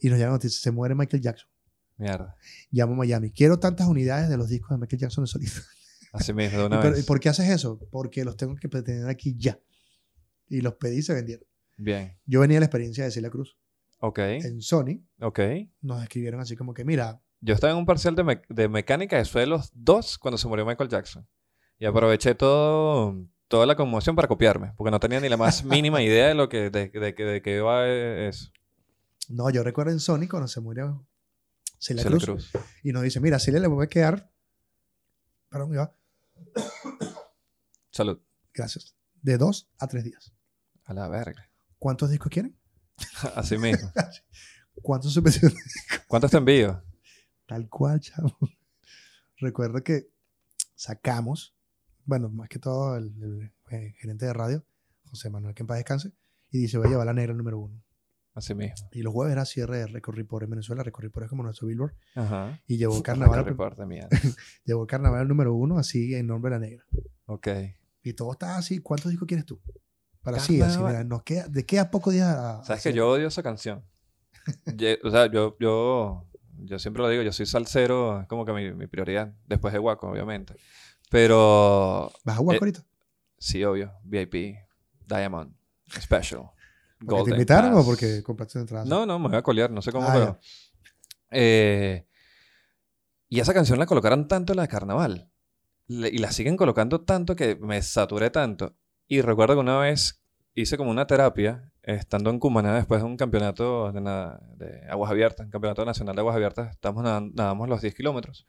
Speaker 1: y nos llaman noticias, se muere Michael Jackson.
Speaker 2: Mierda.
Speaker 1: Llamo a Miami, quiero tantas unidades de los discos de Michael Jackson de solista.
Speaker 2: Así mismo, de
Speaker 1: ¿Y
Speaker 2: (laughs) una
Speaker 1: pero-
Speaker 2: vez.
Speaker 1: ¿y ¿Por qué haces eso? Porque los tengo que tener aquí ya. Y los pedí y se vendieron.
Speaker 2: Bien.
Speaker 1: Yo venía de la experiencia de Celia Cruz
Speaker 2: Ok.
Speaker 1: en Sony.
Speaker 2: Ok.
Speaker 1: nos escribieron así como que, mira,
Speaker 2: Yo estaba en un parcial de, mec- de mecánica de suelos 2 cuando se murió Michael Jackson. Y aproveché todo, toda la conmoción para copiarme, porque no tenía ni
Speaker 1: (laughs)
Speaker 2: la más mínima idea de lo que de, de, de- de que iba eh, eso.
Speaker 1: no, yo recuerdo en Sony cuando se murió Celia
Speaker 2: Celia
Speaker 1: Cruz,
Speaker 2: Cruz.
Speaker 1: y nos dice, mira, Celia le voy a quedar, perdón, ya,
Speaker 2: Salud.
Speaker 1: gracias, de dos a tres días.
Speaker 2: A la verga.
Speaker 1: ¿Cuántos discos quieren?
Speaker 2: Así mismo.
Speaker 1: ¿Cuántos (laughs) subvenciones?
Speaker 2: ¿Cuántos te envío?
Speaker 1: Tal cual, chavo. Recuerdo que sacamos, bueno, más que todo el, el- el gerente de radio, José Manuel, que en paz descanse, y dice, voy a llevar la negra número uno.
Speaker 2: Así mismo.
Speaker 1: Y los jueves era cierre de Recorri por en Venezuela, Recorri por es como nuestro Billboard,
Speaker 2: Ajá.
Speaker 1: y llevó
Speaker 2: Harry
Speaker 1: carnaval,
Speaker 2: Potter, mierda.
Speaker 1: llevó carnaval número uno, así en nombre de la negra.
Speaker 2: Ok.
Speaker 1: Y todo está así. ¿Cuántos discos quieres tú? Para
Speaker 2: Está
Speaker 1: sí, así,
Speaker 2: nueva.
Speaker 1: mira, nos queda, de queda pocos días a- a
Speaker 2: Sabes
Speaker 1: hacer.
Speaker 2: que yo odio esa canción. Ye- o sea, yo, yo, yo siempre lo digo, yo soy salsero, es como que mi, mi prioridad, después de Guaco, obviamente. Pero
Speaker 1: ¿Vas a Huaco
Speaker 2: eh,
Speaker 1: ahorita?
Speaker 2: Sí, obvio. VIP, Diamond, Special.
Speaker 1: ¿Porque
Speaker 2: Golden
Speaker 1: ¿Te invitaron
Speaker 2: Pass.
Speaker 1: o porque compraste una entrada?
Speaker 2: No, no, me voy a colear, no sé cómo,
Speaker 1: Ah,
Speaker 2: pero. Eh, y esa canción la colocaron tanto en la de carnaval. le- y la siguen colocando tanto que me saturé tanto. Y recuerdo que una vez hice como una terapia, estando en Cumaná después de un campeonato de, na- de aguas abiertas, un campeonato nacional de aguas abiertas, estamos nadan- nadamos los 10 kilómetros.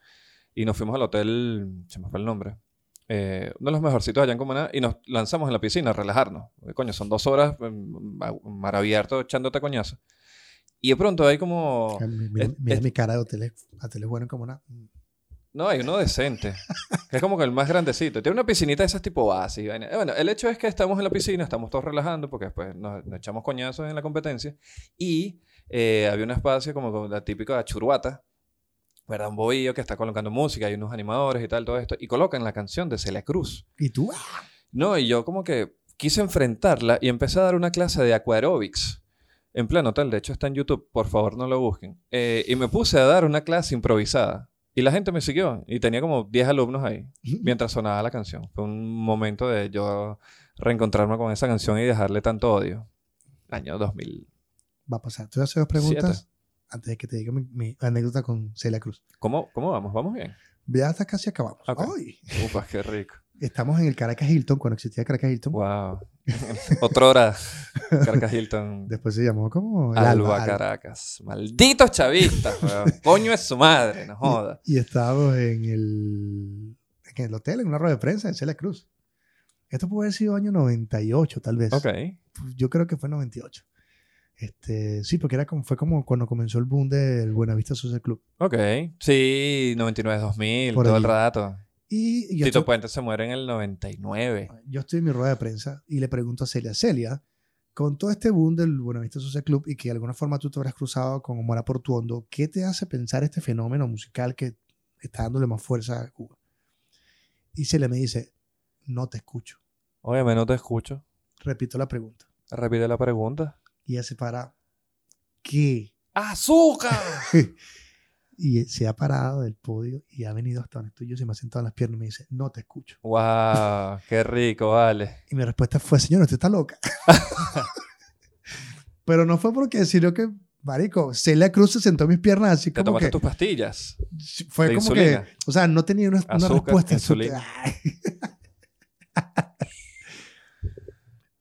Speaker 2: Y nos fuimos al hotel, se me fue el nombre, eh, uno de los mejorcitos allá en Cumaná, y nos lanzamos en la piscina a relajarnos. Porque, Coño, son dos horas mm, a- mar abierto echándote coñazo. Y de pronto hay como...
Speaker 1: Ah, mi- Mira,
Speaker 2: Eh,
Speaker 1: mira
Speaker 2: eh.
Speaker 1: mi cara de hoteles, hoteles buenos como nada.
Speaker 2: No, hay uno decente. Que es como que el más grandecito. Tiene una piscinita de esas tipo base. y vaina. Eh, Bueno, el hecho es que estamos en la piscina, estamos todos relajando porque después nos, nos echamos coñazos en la competencia. Y eh, había un espacio como con la típica churbata, ¿verdad? Un bohío que está colocando música, hay unos animadores y tal, todo esto. Y colocan la canción de Celia Cruz.
Speaker 1: Y tú, ¡ah!
Speaker 2: No, y yo como que quise enfrentarla y empecé a dar una clase de aquarobics. En plano tal, de hecho está en YouTube, por favor no lo busquen. Eh, y me puse a dar una clase improvisada. Y la gente me siguió. Y tenía como 10 alumnos ahí, mientras sonaba la canción. Fue un momento de yo reencontrarme con esa canción y dejarle tanto odio. Año 2000.
Speaker 1: (laughs) va a pasar. Te voy a hacer dos preguntas antes de que te diga mi, mi anécdota con Celia Cruz.
Speaker 2: ¿Cómo, cómo vamos? ¿Vamos bien?
Speaker 1: Ya hasta casi acabamos.
Speaker 2: Ok.
Speaker 1: Ay,
Speaker 2: Upa, qué rico.
Speaker 1: estamos en el Caracas Hilton, cuando existía Caracas Hilton.
Speaker 2: Wow. (laughs) Otra hora, Caracas
Speaker 1: (laughs)
Speaker 2: Hilton.
Speaker 1: Después se llamó como El
Speaker 2: Alba,
Speaker 1: Al-
Speaker 2: Caracas. Malditos (laughs) chavistas, weón. Coño es su madre, (laughs) no joda.
Speaker 1: Y estábamos en el, en el hotel, en una rueda de prensa en Celia Cruz. Esto puede haber sido año 98, tal vez.
Speaker 2: Ok.
Speaker 1: Yo creo que fue 98. Este, sí, porque era como, fue como cuando comenzó el boom del Buenavista Social Club.
Speaker 2: Ok. Sí, 99, 2000,
Speaker 1: Por
Speaker 2: todo el
Speaker 1: allí.
Speaker 2: rato.
Speaker 1: Y, y yo,
Speaker 2: Tito
Speaker 1: estoy,
Speaker 2: Puente se muere en el 99.
Speaker 1: yo estoy en mi rueda de prensa y le pregunto a Celia, Celia, con todo este boom del Buenavista Social Club y que de alguna forma tú te habrás cruzado con Omar Portuondo, ¿qué te hace pensar este fenómeno musical que está dándole más fuerza a Cuba? Y Celia me dice, no te escucho.
Speaker 2: Óyeme, no te escucho.
Speaker 1: Repito la pregunta.
Speaker 2: Repite la pregunta.
Speaker 1: Y ella se para. ¿Qué?
Speaker 2: ¡Azúcar! (laughs)
Speaker 1: Y se ha parado del podio y ha venido hasta donde estoy yo, se me ha sentado en las piernas y me dice, no te escucho.
Speaker 2: ¡Wow! ¡Qué rico, vale!
Speaker 1: Y mi respuesta fue, señor, usted está
Speaker 2: (laughs)
Speaker 1: loca. Pero no fue porque, sino que, marico, Celia Cruz se sentó en mis piernas así
Speaker 2: Te
Speaker 1: como
Speaker 2: tomaste
Speaker 1: que...
Speaker 2: tus pastillas.
Speaker 1: Sí, Fue
Speaker 2: de
Speaker 1: como
Speaker 2: insulina.
Speaker 1: que, o sea, no tenía una, una
Speaker 2: Azúcar,
Speaker 1: respuesta
Speaker 2: insulina.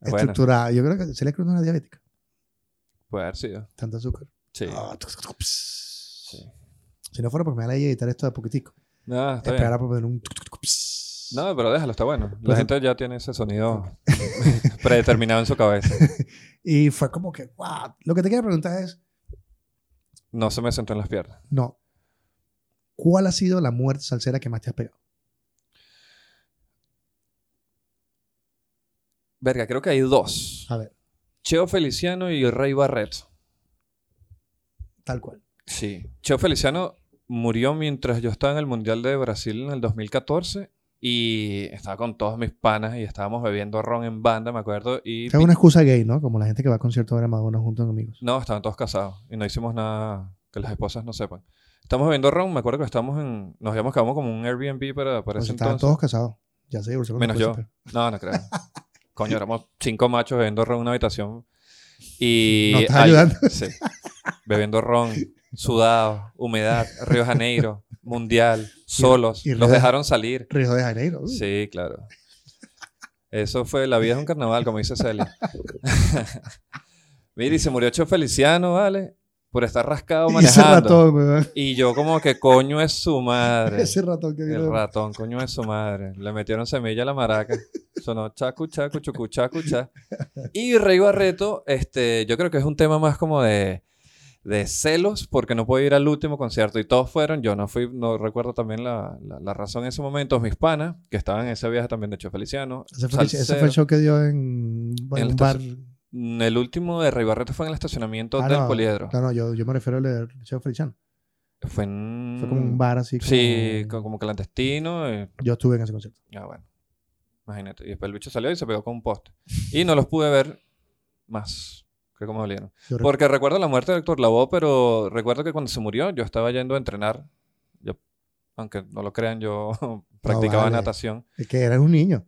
Speaker 2: Bueno,
Speaker 1: estructurada. Yo creo que Celia Cruz no era diabética.
Speaker 2: puede haber sido.
Speaker 1: Tanto azúcar.
Speaker 2: Sí.
Speaker 1: Ah, tuc, tuc, tuc, pss. Si no fuera porque me da la idea de editar esto de poquitico.
Speaker 2: No, está bien.
Speaker 1: Esperar a poner un... tuc, tuc, tuc, pss.
Speaker 2: No, pero déjalo, está bueno. La
Speaker 1: Pues-
Speaker 2: gente ya tiene ese sonido (laughs) predeterminado en su cabeza.
Speaker 1: Y fue como que, wow. Lo que te quiero preguntar es,
Speaker 2: No se me sentó en las piernas.
Speaker 1: no. ¿Cuál ha sido la muerte salsera que más te has pegado?
Speaker 2: Verga, creo que hay dos.
Speaker 1: A ver.
Speaker 2: Cheo Feliciano y Rey Barreto.
Speaker 1: Tal cual.
Speaker 2: Sí. Cheo Feliciano murió mientras yo estaba en el Mundial de Brasil en el 2014 y estaba con todos mis panas y estábamos bebiendo ron en banda, me acuerdo. Y
Speaker 1: Es una excusa gay, ¿no? Como la gente que va a conciertos ahora de Madonna junto con amigos.
Speaker 2: No, estaban todos casados y no hicimos nada que las esposas no sepan. Estamos bebiendo ron, me acuerdo que estamos en, nos habíamos quedado como en un Airbnb para, para
Speaker 1: Pues
Speaker 2: ese
Speaker 1: estaban
Speaker 2: entonces.
Speaker 1: todos casados. Ya se divorciaron.
Speaker 2: Menos yo.
Speaker 1: después,
Speaker 2: No, no creo. Coño, éramos cinco machos bebiendo ron en una habitación. Y.
Speaker 1: Nos estás
Speaker 2: ay,
Speaker 1: ayudando.
Speaker 2: (laughs) Sí. Bebiendo ron, sudado, humedad, Río Janeiro, mundial, solos.
Speaker 1: y
Speaker 2: Los
Speaker 1: Río-
Speaker 2: dejaron salir.
Speaker 1: pero Río de Janeiro. uh.
Speaker 2: Sí, claro. Eso fue, la vida es un carnaval, como dice Celia. (laughs) Mira, y se murió Cho Feliciano, ¿vale? Por estar rascado
Speaker 1: (laughs) Y ese
Speaker 2: manejando.
Speaker 1: ratón, weón.
Speaker 2: Y yo como que coño es su
Speaker 1: (laughs)
Speaker 2: madre.
Speaker 1: Ese ratón que
Speaker 2: El
Speaker 1: vino.
Speaker 2: ratón, coño de su madre. Le metieron semilla a la maraca. Sonó chacu, chacu, chucu, chacu, cha. Y Rey Barreto, este, yo creo que es un tema más como de, de celos, porque no pude ir al último concierto. Y todos fueron, yo no fui, no recuerdo también la, la- la razón en ese momento. Mis panas, que estaban en ese viaje también de hecho Feliciano.
Speaker 1: Ese fue, ese fue
Speaker 2: Salsero.
Speaker 1: el show que dio en, en
Speaker 2: el
Speaker 1: un bar.
Speaker 2: Mm, El último de Rey Barreto fue en el estacionamiento
Speaker 1: Ah,
Speaker 2: del
Speaker 1: no,
Speaker 2: Poliedro.
Speaker 1: No, no, yo, yo me refiero al de Cheo Feliciano.
Speaker 2: Fue en...
Speaker 1: Fue como un bar así. Como,
Speaker 2: Mm, Sí, co- como clandestino. eh,
Speaker 1: Yo estuve en ese concierto.
Speaker 2: Ah, bueno. Imagínate. Y después el bicho salió y se pegó con un poste. Y no los pude ver más. Creo que me dolieron.
Speaker 1: Yo recuerdo-
Speaker 2: Porque recuerdo la muerte de Héctor Lavoe, pero recuerdo que cuando se murió yo estaba yendo a entrenar. Yo, aunque no lo crean, yo (laughs) practicaba
Speaker 1: Ah, vale.
Speaker 2: natación.
Speaker 1: Es que eras un niño.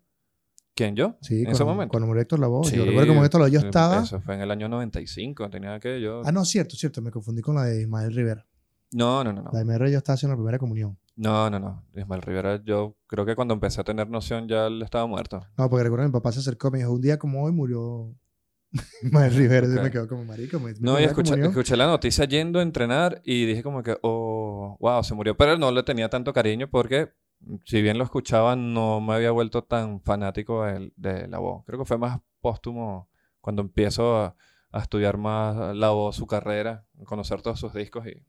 Speaker 2: ¿Quién yo?
Speaker 1: Sí,
Speaker 2: en
Speaker 1: cuando,
Speaker 2: ese momento.
Speaker 1: cuando murió Héctor Lavoe.
Speaker 2: Sí,
Speaker 1: yo recuerdo que cuando Héctor Lavoe yo
Speaker 2: eh,
Speaker 1: estaba.
Speaker 2: Eso fue en el año 95, tenía que yo...
Speaker 1: Ah, no, cierto, cierto. Me confundí con la de Ismael Rivera.
Speaker 2: No, no, no, no.
Speaker 1: La de Ismael Rivera yo estaba haciendo la primera comunión.
Speaker 2: No, no, no. Ismael Rivera, yo creo que cuando empecé a tener noción ya él estaba muerto.
Speaker 1: No, porque recuerdo que mi papá se acercó y me dijo, un día como hoy murió (laughs) Ismael Rivera. Yo
Speaker 2: Ok.
Speaker 1: me quedo como marico. mi- mi
Speaker 2: No, y
Speaker 1: primera
Speaker 2: escuché,
Speaker 1: comunión.
Speaker 2: escuché la noticia yendo a entrenar y dije como que, oh, wow, se murió. Pero no le tenía tanto cariño porque, mm, si bien lo escuchaba, no me había vuelto tan fanático del- de, la voz. Creo que fue más póstumo cuando empiezo a, a estudiar más la voz, su carrera, conocer todos sus discos y...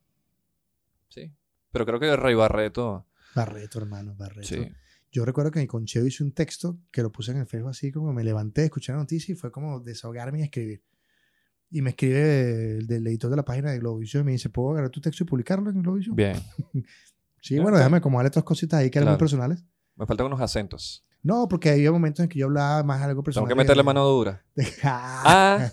Speaker 2: Sí. Pero creo que Rey Barreto,
Speaker 1: Barreto, hermano, Barreto.
Speaker 2: sí.
Speaker 1: Yo recuerdo que con Cheo hice un texto que lo puse en el Facebook así como me levanté, escuché la noticia y fue como desahogarme y escribir. Y me escribe el del editor de la página de Globovisión y me dice, ¿puedo agarrar tu texto y publicarlo en Globovisión?
Speaker 2: Bien.
Speaker 1: Sí,
Speaker 2: Ya,
Speaker 1: bueno,
Speaker 2: ok.
Speaker 1: déjame acomodarle otras cositas ahí que eran
Speaker 2: Claro.
Speaker 1: muy personales.
Speaker 2: Me faltan unos acentos.
Speaker 1: No, porque había momentos en que yo hablaba más algo personal.
Speaker 2: Tengo que
Speaker 1: (laughs)
Speaker 2: meterle mano dura. Ah,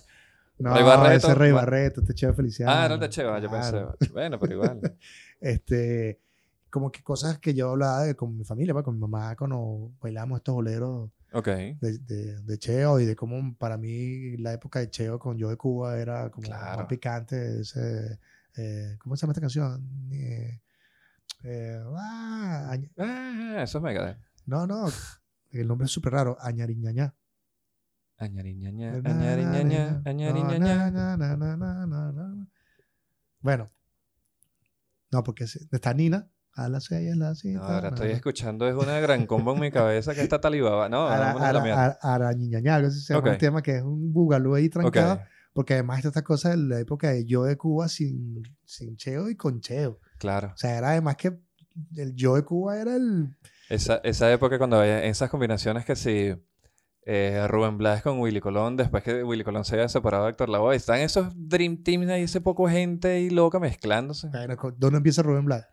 Speaker 1: no,
Speaker 2: Rey Barreto.
Speaker 1: ese Rey Barreto, este Cheo (laughs) Feliciano.
Speaker 2: ah, no te cheva, yo
Speaker 1: Claro.
Speaker 2: pensé. Bueno, pero igual.
Speaker 1: (laughs) este, como que cosas que yo hablaba de- con mi familia, pues, con mi mamá, cuando bailábamos estos boleros
Speaker 2: Ok.
Speaker 1: de, de- de Cheo y de cómo para mí la época de Cheo con Yo de Cuba era como
Speaker 2: Claro.
Speaker 1: más picante. Ese, eh, ¿Cómo se llama esta canción? Eh, eh, ah, añ-
Speaker 2: Ah, eso es mega.
Speaker 1: no, no, el nombre es súper raro, Añariñañá.
Speaker 2: Añariñaña, añariñaña, añariñaña.
Speaker 1: Bueno. No, porque se- está Nina. A las seis, a las siete.
Speaker 2: No, ahora
Speaker 1: na,
Speaker 2: estoy
Speaker 1: na.
Speaker 2: escuchando, es una gran combo en mi cabeza que está talibaba. No,
Speaker 1: Ara-
Speaker 2: vámonos a la
Speaker 1: ara-
Speaker 2: mierda.
Speaker 1: ara- Arañiñaña, algo así se llama
Speaker 2: Ok.
Speaker 1: el tema, que es un bugalú ahí
Speaker 2: Ok.
Speaker 1: trancado. Porque además está esta cosa de la época de yo de Cuba sin, sin cheo y con cheo.
Speaker 2: Claro.
Speaker 1: O sea, era además que el yo de Cuba era el...
Speaker 2: Esa, esa época cuando había esas combinaciones que si eh, Rubén Blades con Willy Colón, después que Willy Colón se había separado de Héctor Lavoe, están esos Dream Teams ahí, ese poco gente y loca mezclándose.
Speaker 1: Bueno, con- ¿Dónde empieza Rubén Blades?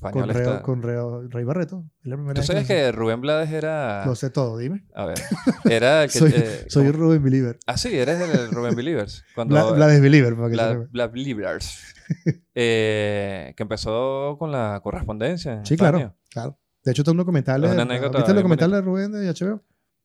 Speaker 1: Con,
Speaker 2: Español
Speaker 1: Reo,
Speaker 2: está-
Speaker 1: con Reo- Rey Barreto. Es la primera
Speaker 2: ¿Tú
Speaker 1: vez
Speaker 2: sabes
Speaker 1: lo sé.
Speaker 2: que Rubén Blades era...
Speaker 1: Lo sé todo, dime.
Speaker 2: A ver, era el
Speaker 1: (laughs)
Speaker 2: que...
Speaker 1: Soy,
Speaker 2: eh,
Speaker 1: soy
Speaker 2: como-
Speaker 1: Rubén Believer.
Speaker 2: Ah, sí, eres el, el Rubén Believers. Cuando,
Speaker 1: Bla, Blades Believer, para que
Speaker 2: Bla-
Speaker 1: se sepa.
Speaker 2: Bla-
Speaker 1: (laughs)
Speaker 2: Believers. Eh, que empezó con la correspondencia. en
Speaker 1: Sí, claro,
Speaker 2: España.
Speaker 1: claro. De hecho, está un documental.
Speaker 2: Una
Speaker 1: de-
Speaker 2: anécdota
Speaker 1: ¿Viste el
Speaker 2: bien
Speaker 1: documental de Rubén de HBO? Un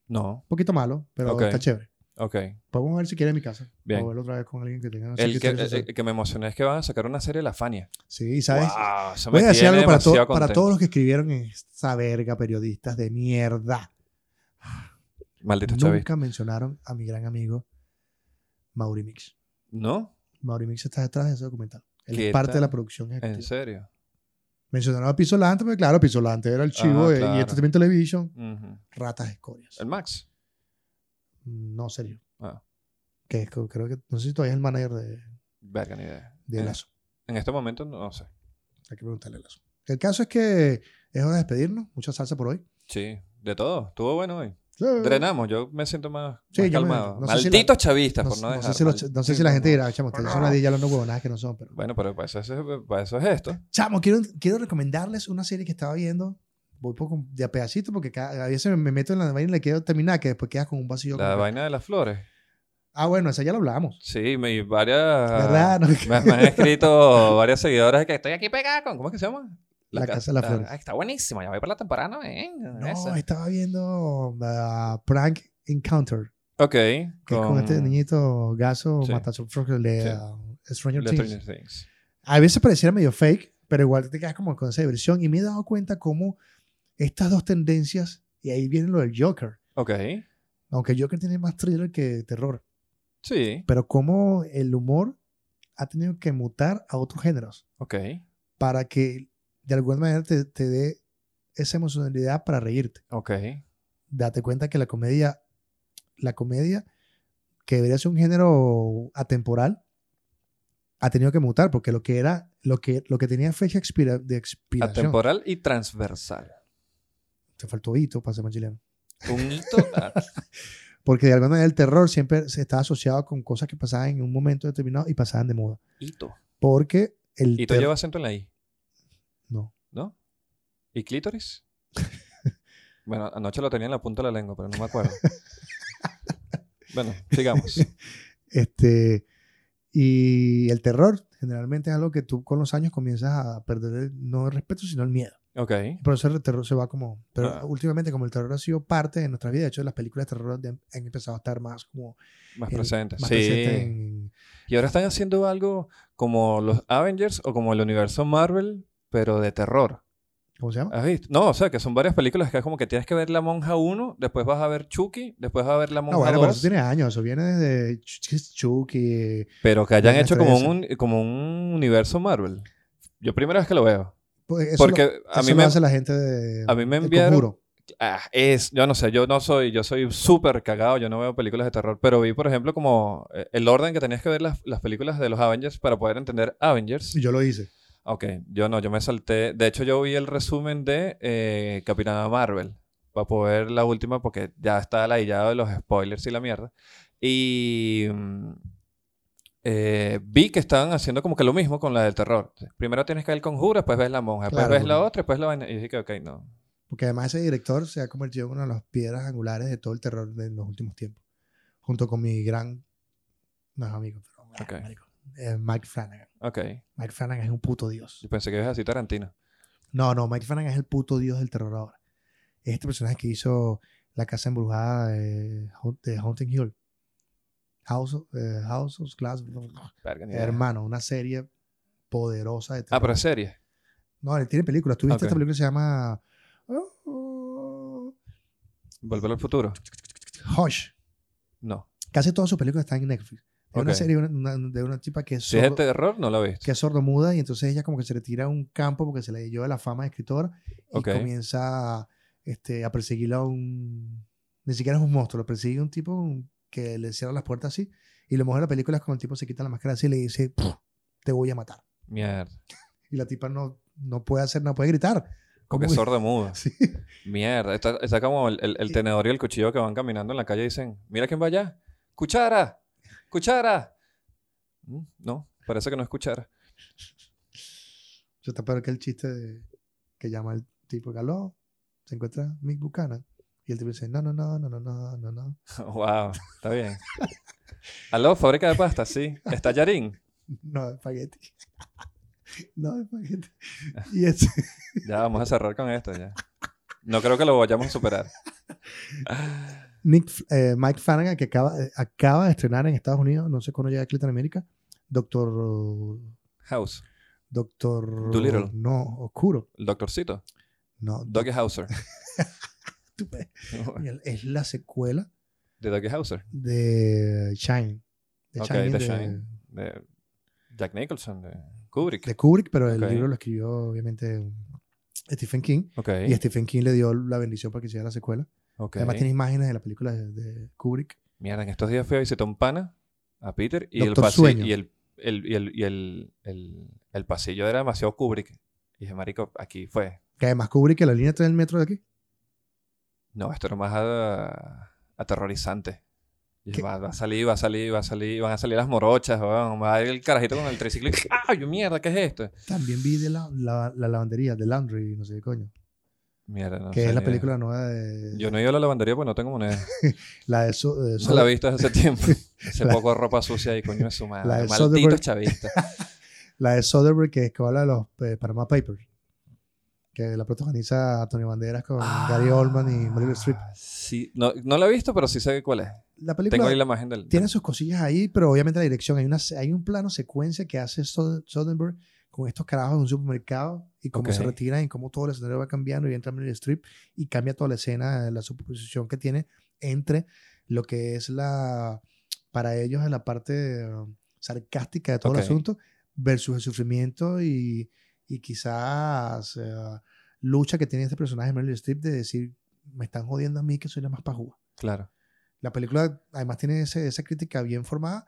Speaker 2: No,
Speaker 1: poquito malo, pero
Speaker 2: Ok.
Speaker 1: está chévere.
Speaker 2: ok.
Speaker 1: Podemos ver si quiere en mi casa.
Speaker 2: Bien.
Speaker 1: O verlo otra vez con alguien que tenga...
Speaker 2: El que, eh,
Speaker 1: sí, sí, sí.
Speaker 2: el que me emocioné es que van a sacar una serie de La Fania.
Speaker 1: Sí, y ¿sabes?
Speaker 2: Wow, eso
Speaker 1: Voy
Speaker 2: me
Speaker 1: a decir
Speaker 2: tiene
Speaker 1: algo para, to-
Speaker 2: demasiado
Speaker 1: para
Speaker 2: contento.
Speaker 1: todos los que escribieron esta verga, periodistas de mierda.
Speaker 2: Maldito Chavis.
Speaker 1: Nunca mencionaron a mi gran amigo Mauri Mix.
Speaker 2: ¿No?
Speaker 1: Mauri Mix está detrás de ese documental. Él
Speaker 2: ¿Qué
Speaker 1: es parte
Speaker 2: tal?
Speaker 1: de la producción
Speaker 2: ¿En
Speaker 1: ejecutiva.
Speaker 2: serio?
Speaker 1: Mencionaron a Pisolante, porque claro, Pisolante era el chivo
Speaker 2: Ah,
Speaker 1: de-
Speaker 2: claro.
Speaker 1: y Entertainment Television,
Speaker 2: Ujú.
Speaker 1: ratas escorias.
Speaker 2: El Max.
Speaker 1: No, serio.
Speaker 2: Ah.
Speaker 1: Que es- creo que, no sé si todavía es el manager de,
Speaker 2: Verga, ni idea.
Speaker 1: de
Speaker 2: en,
Speaker 1: Lazo.
Speaker 2: en este momento no sé.
Speaker 1: Hay que preguntarle a Lazo. El caso es que es hora de despedirnos. Mucha salsa por hoy.
Speaker 2: Sí, de todo. Estuvo bueno hoy.
Speaker 1: Sí.
Speaker 2: Drenamos, yo me siento más,
Speaker 1: Eh. Sí,
Speaker 2: más
Speaker 1: yo me-
Speaker 2: calmado.
Speaker 1: no sé si la-
Speaker 2: Malditos chavistas,
Speaker 1: No,
Speaker 2: por no,
Speaker 1: no
Speaker 2: dejar.
Speaker 1: sé si los- no sé si la
Speaker 2: malditos.
Speaker 1: gente dirá, chamo, ustedes son las 10 ya los no huevonadas que no son, pero...
Speaker 2: Bueno, pero para eso, es, para eso es esto.
Speaker 1: Chamo, quiero, quiero recomendarles una serie que estaba viendo. Voy poco de a pedacito porque cada, a veces me meto en la vaina y le quiero terminar, que después quedas con un vacío.
Speaker 2: La
Speaker 1: como que-
Speaker 2: vaina de las flores.
Speaker 1: Ah, bueno, esa ya la hablamos.
Speaker 2: Sí, me, y varias.
Speaker 1: ¿Verdad? (laughs) No, que-
Speaker 2: Ah, Me, me han
Speaker 1: (laughs)
Speaker 2: escrito varias seguidoras que estoy aquí pegada con. ¿Cómo es que se llama?
Speaker 1: La Casa de las Flores.
Speaker 2: Ah, está buenísima, ya voy para la temporada, ¿no? Eh,
Speaker 1: no,
Speaker 2: esa.
Speaker 1: estaba viendo ah, Prank Encounter,
Speaker 2: Ok.
Speaker 1: que es con este niñito gaso
Speaker 2: Sí.
Speaker 1: matachofro que le
Speaker 2: Sí.
Speaker 1: ah, Stranger
Speaker 2: Los
Speaker 1: Things.
Speaker 2: Stranger Things.
Speaker 1: A veces pareciera medio fake, pero igual te quedas como con esa diversión. Y me he dado cuenta cómo estas dos tendencias, y ahí viene lo del Joker,
Speaker 2: Ok.
Speaker 1: aunque el Joker tiene más thriller que terror.
Speaker 2: Sí.
Speaker 1: pero cómo el humor ha tenido que mutar a otros géneros
Speaker 2: Ok.
Speaker 1: para que de alguna manera te, te dé esa emocionalidad para reírte.
Speaker 2: Ok.
Speaker 1: Date cuenta que la comedia, la comedia que debería ser un género atemporal, ha tenido que mutar porque lo que era, lo que, lo que tenía fecha expira- de expiración.
Speaker 2: Atemporal y transversal.
Speaker 1: Te faltó hito para ser más chileno.
Speaker 2: Un
Speaker 1: (laughs)
Speaker 2: hito. ah,
Speaker 1: Porque de alguna manera el terror siempre se está asociado con cosas que pasaban en un momento determinado y pasaban de moda.
Speaker 2: hito.
Speaker 1: Porque el
Speaker 2: Hito
Speaker 1: ter-
Speaker 2: lleva acento en la I,
Speaker 1: No.
Speaker 2: ¿no? ¿Y
Speaker 1: (laughs)
Speaker 2: clítoris? Bueno, anoche lo tenía en la punta de la lengua, pero no
Speaker 1: (laughs)
Speaker 2: me acuerdo. Bueno, sigamos.
Speaker 1: Este, y el terror generalmente es algo que tú con los años comienzas a perder, el- no el respeto, sino el miedo.
Speaker 2: Ok.
Speaker 1: Por eso el terror se va como... Pero
Speaker 2: Ah.
Speaker 1: últimamente como el terror ha sido parte de nuestra vida, de hecho las películas de terror de- han empezado a estar más como...
Speaker 2: Más
Speaker 1: en-
Speaker 2: presente.
Speaker 1: más
Speaker 2: sí.
Speaker 1: presentes en-
Speaker 2: Y ahora están haciendo algo como los Avengers o como el universo Marvel, pero de terror.
Speaker 1: ¿Cómo se llama?
Speaker 2: ¿Has visto? No, o sea, que son varias películas que es como que tienes que ver La Monja 1, después vas a ver Chucky, después vas a ver La Monja
Speaker 1: no, bueno, pero
Speaker 2: 2.
Speaker 1: eso tiene años, eso viene desde Ch- Ch- Chucky.
Speaker 2: Pero que hayan
Speaker 1: Las
Speaker 2: hecho como un,
Speaker 1: estrellas.
Speaker 2: como un universo Marvel. Yo primera vez que lo veo.
Speaker 1: Pues eso
Speaker 2: Porque
Speaker 1: lo-
Speaker 2: a,
Speaker 1: eso
Speaker 2: mí
Speaker 1: lo
Speaker 2: me,
Speaker 1: hace la gente de...
Speaker 2: a mí me
Speaker 1: El
Speaker 2: enviaron...
Speaker 1: Conjuro.
Speaker 2: Ah, es, yo no sé, yo no soy, yo soy súper cagado, yo no veo películas de terror, pero vi, por ejemplo, como eh, el orden que tenías que ver las, las películas de los Avengers para poder entender Avengers.
Speaker 1: Yo lo hice.
Speaker 2: Ok, yo no, yo me salté. De hecho, yo vi el resumen de eh, Capitana Marvel para poder ver la última porque ya está la de los spoilers y la mierda. Y mm, eh, vi que estaban haciendo como que lo mismo con la del terror. Primero tienes que ver el conjuro, después ves la monja, después
Speaker 1: Claro,
Speaker 2: ves la
Speaker 1: porque-
Speaker 2: otra, después la vaina. Y dije que, ok, no.
Speaker 1: Porque además ese director se ha convertido en una de las piedras angulares de todo el terror de los últimos tiempos. Junto con mi gran... No es amigo, pero... ah,
Speaker 2: Ok.
Speaker 1: marico, eh, Mike Flanagan.
Speaker 2: Ok,
Speaker 1: Mike Flanagan es un puto dios.
Speaker 2: yo pensé que ibas así Tarantino.
Speaker 1: No, no, Mike Flanagan es el puto dios del terror ahora. Es este personaje que hizo La Casa Embrujada de, Haun- de Haunting Hill. House of, eh, House of Glass.
Speaker 2: Verga, ni idea.
Speaker 1: Hermano, una serie poderosa de
Speaker 2: Ah,
Speaker 1: terror.
Speaker 2: pero es serie.
Speaker 1: No, él tiene películas. ¿Tú viste
Speaker 2: Ok.
Speaker 1: esta película que se llama... oh,
Speaker 2: Volver al futuro.
Speaker 1: Hush.
Speaker 2: No.
Speaker 1: Casi todas sus películas están en Netflix. Es una
Speaker 2: Ok.
Speaker 1: serie de una, una- de una chica que es,
Speaker 2: Si es de
Speaker 1: sordo,
Speaker 2: terror, no la viste.
Speaker 1: que es sordomuda y entonces ella como que se le tira a un campo porque se le dio la fama de escritora y
Speaker 2: Ok.
Speaker 1: comienza este, a perseguirla a un... Ni siquiera es un monstruo, lo persigue un tipo un- que le cierra las puertas así y lo mejor de la película es cuando el tipo se quita la máscara así y le dice, "Puf, te voy a matar.
Speaker 2: Mierda.
Speaker 1: Y la tipa no, no puede hacer, no puede gritar.
Speaker 2: Porque es
Speaker 1: Uy.
Speaker 2: sorda muda.
Speaker 1: (laughs) Sí.
Speaker 2: Mierda. Está, está como el, el- el
Speaker 1: Y-
Speaker 2: tenedor y el cuchillo que van caminando en la calle y dicen: Mira quién va allá. ¡Cuchara! ¡Cuchara! Mm, No, parece que no es cuchara. (laughs)
Speaker 1: Eso está peor que el chiste de- que llama el tipo que aló, se encuentra Mick Buchanan. Y el tipo dice, no, no, no, no, no, no, no, no.
Speaker 2: wow, está bien. Aló, fábrica de pasta, sí. Está Yarín.
Speaker 1: No, espagueti. (laughs) No, espagueti. Y ese,
Speaker 2: Ya vamos a cerrar con esto. ya. No creo que lo vayamos a superar.
Speaker 1: Nick, F- eh, Mike Flanagan, que acaba, eh, acaba de estrenar en Estados Unidos, no sé cuándo llega aquí en América, Doctor...
Speaker 2: House.
Speaker 1: Doctor...
Speaker 2: Dolittle.
Speaker 1: No, Oscuro.
Speaker 2: El doctorcito.
Speaker 1: No,
Speaker 2: Doggy Hauser. (laughs)
Speaker 1: doc- es la secuela
Speaker 2: De Doggy Hauser.
Speaker 1: de Shine. De
Speaker 2: Ok,
Speaker 1: Shining
Speaker 2: The
Speaker 1: de-
Speaker 2: Shining. De Jack Nicholson. De Kubrick.
Speaker 1: de Kubrick, pero el
Speaker 2: Ok.
Speaker 1: libro lo escribió obviamente Stephen King.
Speaker 2: ok.
Speaker 1: Y Stephen King le dio la bendición para que hiciera la secuela.
Speaker 2: ok.
Speaker 1: Además tiene imágenes de la película de, de Kubrick.
Speaker 2: Mierda, en estos días fui a visitar a un pana, a Peter, y, el,
Speaker 1: Doctor
Speaker 2: pasi-
Speaker 1: Sueño.
Speaker 2: y, el, el- y, el, y el- el- el pasillo era demasiado Kubrick. Y dije, marico, aquí fue.
Speaker 1: Que además Kubrick, la línea 3 del metro de aquí.
Speaker 2: No, esto era más ah, aterrorizante. Y dije,
Speaker 1: ¿Qué?
Speaker 2: va, va a salir, va a salir, va a salir, van a salir las morochas, weón, va a ir el carajito con el triciclo. y, (laughs) ¡Ah, yo mierda, qué es esto!
Speaker 1: También vi de la, la- la lavandería, de Laundry, no sé qué coño.
Speaker 2: Mierda, no
Speaker 1: que
Speaker 2: sé
Speaker 1: es la
Speaker 2: ni-
Speaker 1: película nueva de...
Speaker 2: Yo no he ido a la lavandería porque no
Speaker 1: (laughs)
Speaker 2: tengo moneda.
Speaker 1: La de, So- de
Speaker 2: No
Speaker 1: So-
Speaker 2: la he visto desde
Speaker 1: (laughs)
Speaker 2: hace tiempo. Hace poco ropa sucia y coño de su
Speaker 1: La
Speaker 2: madre.
Speaker 1: de
Speaker 2: Malditos
Speaker 1: Soderbergh.
Speaker 2: chavistas.
Speaker 1: la de Soderbergh, que, es que habla de los eh, Panama Papers. Que la protagoniza Antonio Banderas con Gary Oldman y Meryl Streep.
Speaker 2: Ah. Sí, no, no la he visto, pero sí sé cuál es.
Speaker 1: La
Speaker 2: Tengo
Speaker 1: película
Speaker 2: ahí la imagen del.
Speaker 1: tiene sus cosillas ahí, pero obviamente la dirección. Hay, una, hay un plano secuencia que hace Sod- Soderbergh con estos carajos en un supermercado y cómo se
Speaker 2: Ok.
Speaker 1: retiran y cómo todo el escenario va cambiando y entra Meryl Streep y cambia toda la escena, la superposición que tiene entre lo que es la, para ellos, la parte eh, sarcástica de todo
Speaker 2: Ok.
Speaker 1: el asunto versus el sufrimiento y, y quizás eh, lucha que tiene este personaje Meryl Streep de decir, me están jodiendo a mí que soy la más pajúa.
Speaker 2: Claro.
Speaker 1: La película además tiene ese- esa crítica bien formada.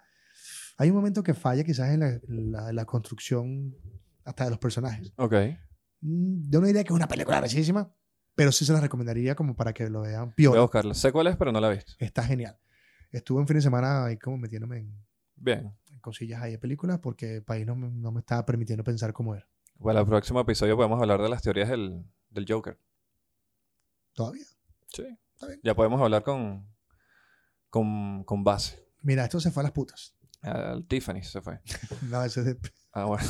Speaker 1: Hay un momento que falla quizás en la, la- la construcción hasta de los personajes.
Speaker 2: Ok.
Speaker 1: Mm, Yo no diría que es una película rechísima, pero sí se la recomendaría como para que lo vean
Speaker 2: Voy a
Speaker 1: piola.
Speaker 2: buscarla. Sé cuál es, pero no la he visto.
Speaker 1: Está genial. Estuve un fin de semana ahí como metiéndome en,
Speaker 2: Bien.
Speaker 1: en cosillas ahí de películas porque el país no, me- no me estaba permitiendo pensar cómo era.
Speaker 2: Para el próximo episodio podemos hablar de las teorías del, del Joker.
Speaker 1: Todavía.
Speaker 2: Sí.
Speaker 1: bien.
Speaker 2: Ya podemos hablar con, con, con base.
Speaker 1: Mira, esto se fue a las putas. (laughs)
Speaker 2: Al Tiffany se fue.
Speaker 1: No, ese es el, (laughs)
Speaker 2: Ah, bueno.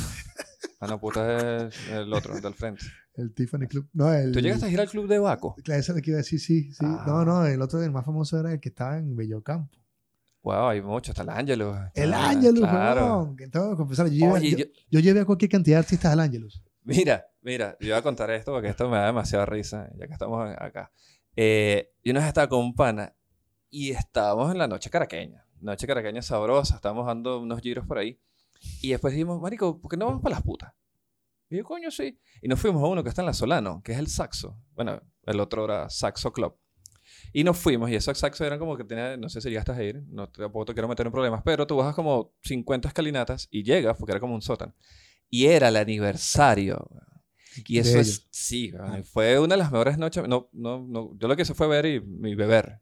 Speaker 2: Ah, no, puta es el otro, el del frente.
Speaker 1: el Tiffany Club. No, el,
Speaker 2: ¿Tú llegaste a ir al club de Baco?
Speaker 1: Claro, eso es lo que iba a decir, sí, sí.
Speaker 2: Ah.
Speaker 1: No, no, el otro, el más famoso era el que estaba en Bellocampo.
Speaker 2: Wow, hay muchos. Está el Ángelo.
Speaker 1: El
Speaker 2: está-
Speaker 1: Ángelus,
Speaker 2: Ah, Claro.
Speaker 1: weón, que tengo que confesar. Yo llevé,
Speaker 2: Oye,
Speaker 1: yo,
Speaker 2: yo-
Speaker 1: yo llevé a cualquier cantidad de artistas al Ángelus.
Speaker 2: Mira, mira, yo voy a contar esto porque esto me da demasiada risa, ya que estamos a- acá. Eh, yo una vez estaba con un pana y estábamos en la noche caraqueña, noche caraqueña sabrosa, estábamos dando unos giros por ahí. Y después dijimos, Marico, ¿por qué no vamos para las putas? Y yo, coño, sí. Y nos fuimos a uno que está en la Solano, que es el Saxo. Bueno, el otro era Saxo Club. Y nos fuimos, y esos Saxo eran como que tenía, no sé si llegaste a ir, no, tampoco te quiero meter en problemas, pero tú bajas como 50 escalinatas y llegas, porque era como un sótano. Y era el aniversario. Y
Speaker 1: De
Speaker 2: eso es,
Speaker 1: ellos.
Speaker 2: sí, weón,
Speaker 1: Ah.
Speaker 2: y fue una de las mejores noches. No, no, no, yo lo que hice fue ver y, y beber.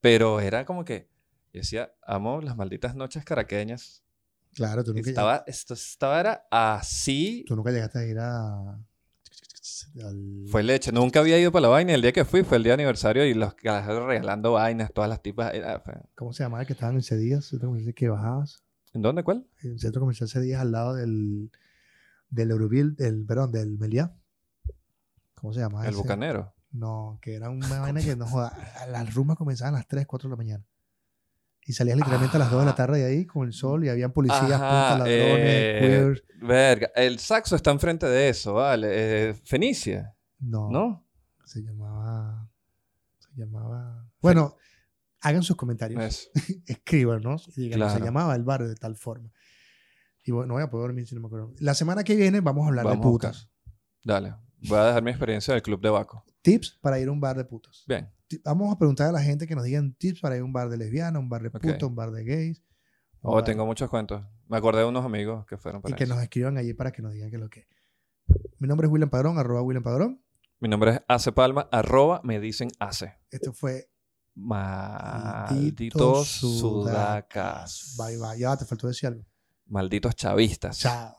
Speaker 2: Pero era como que, yo decía, amo las malditas noches caraqueñas.
Speaker 1: Claro, tú nunca,
Speaker 2: Estaba, esto estaba era así.
Speaker 1: tú nunca llegaste a ir a. al-
Speaker 2: Fue leche. Nunca había ido para la vaina. y El día que fui fue el día de aniversario y los carajos regalando vainas, todas las tipas. era- fue-
Speaker 1: ¿Cómo se llamaba el que estaban en Cedillas? Centro comercial que bajabas.
Speaker 2: ¿En dónde? ¿Cuál?
Speaker 1: En centro comercial Cedillas al lado del. Del Euroville, del, perdón, del Meliá. ¿Cómo se llamaba?
Speaker 2: el
Speaker 1: Ah, ese?
Speaker 2: Bucanero.
Speaker 1: No, que era una vaina que no joda. Las rumbas comenzaban a las 3, 4 de la mañana. Y salías literalmente a las 2 de la
Speaker 2: Ah.
Speaker 1: tarde de ahí con el sol y habían policías,
Speaker 2: Ajá,
Speaker 1: puntas, ladrones,
Speaker 2: eh,
Speaker 1: queers.
Speaker 2: Verga. El saxo está enfrente de eso, vale. Eh, Fenicia,
Speaker 1: No.
Speaker 2: ¿no?
Speaker 1: Se llamaba. Se llamaba. Bueno, hagan sus comentarios,
Speaker 2: Eso.
Speaker 1: escríbanos y digan,
Speaker 2: Claro.
Speaker 1: se llamaba el bar de tal forma. Y bueno, no voy a poder dormir si no me acuerdo. La semana que viene vamos a hablar
Speaker 2: Vamos
Speaker 1: de
Speaker 2: a
Speaker 1: putas.
Speaker 2: buscar. Dale. Voy a dejar mi experiencia del club de Baco.
Speaker 1: Tips para ir a un bar de putas.
Speaker 2: Bien.
Speaker 1: Ti- Vamos a preguntar a la gente que nos digan tips para ir a un bar de lesbianas, un bar de
Speaker 2: Ok.
Speaker 1: putas, un bar de gays. un
Speaker 2: Oh,
Speaker 1: bar-
Speaker 2: tengo muchos cuentos. Me acordé de unos amigos que fueron para
Speaker 1: Y que
Speaker 2: eso.
Speaker 1: nos escriban allí para que nos digan qué es lo que. Mi nombre es William Padrón, arroba William Padrón.
Speaker 2: Mi nombre es Ace Palma, arroba, me dicen Ace.
Speaker 1: Esto fue
Speaker 2: Malditos sudacas.
Speaker 1: Bye bye. Ya te faltó decir algo.
Speaker 2: Malditos chavistas.
Speaker 1: Chao.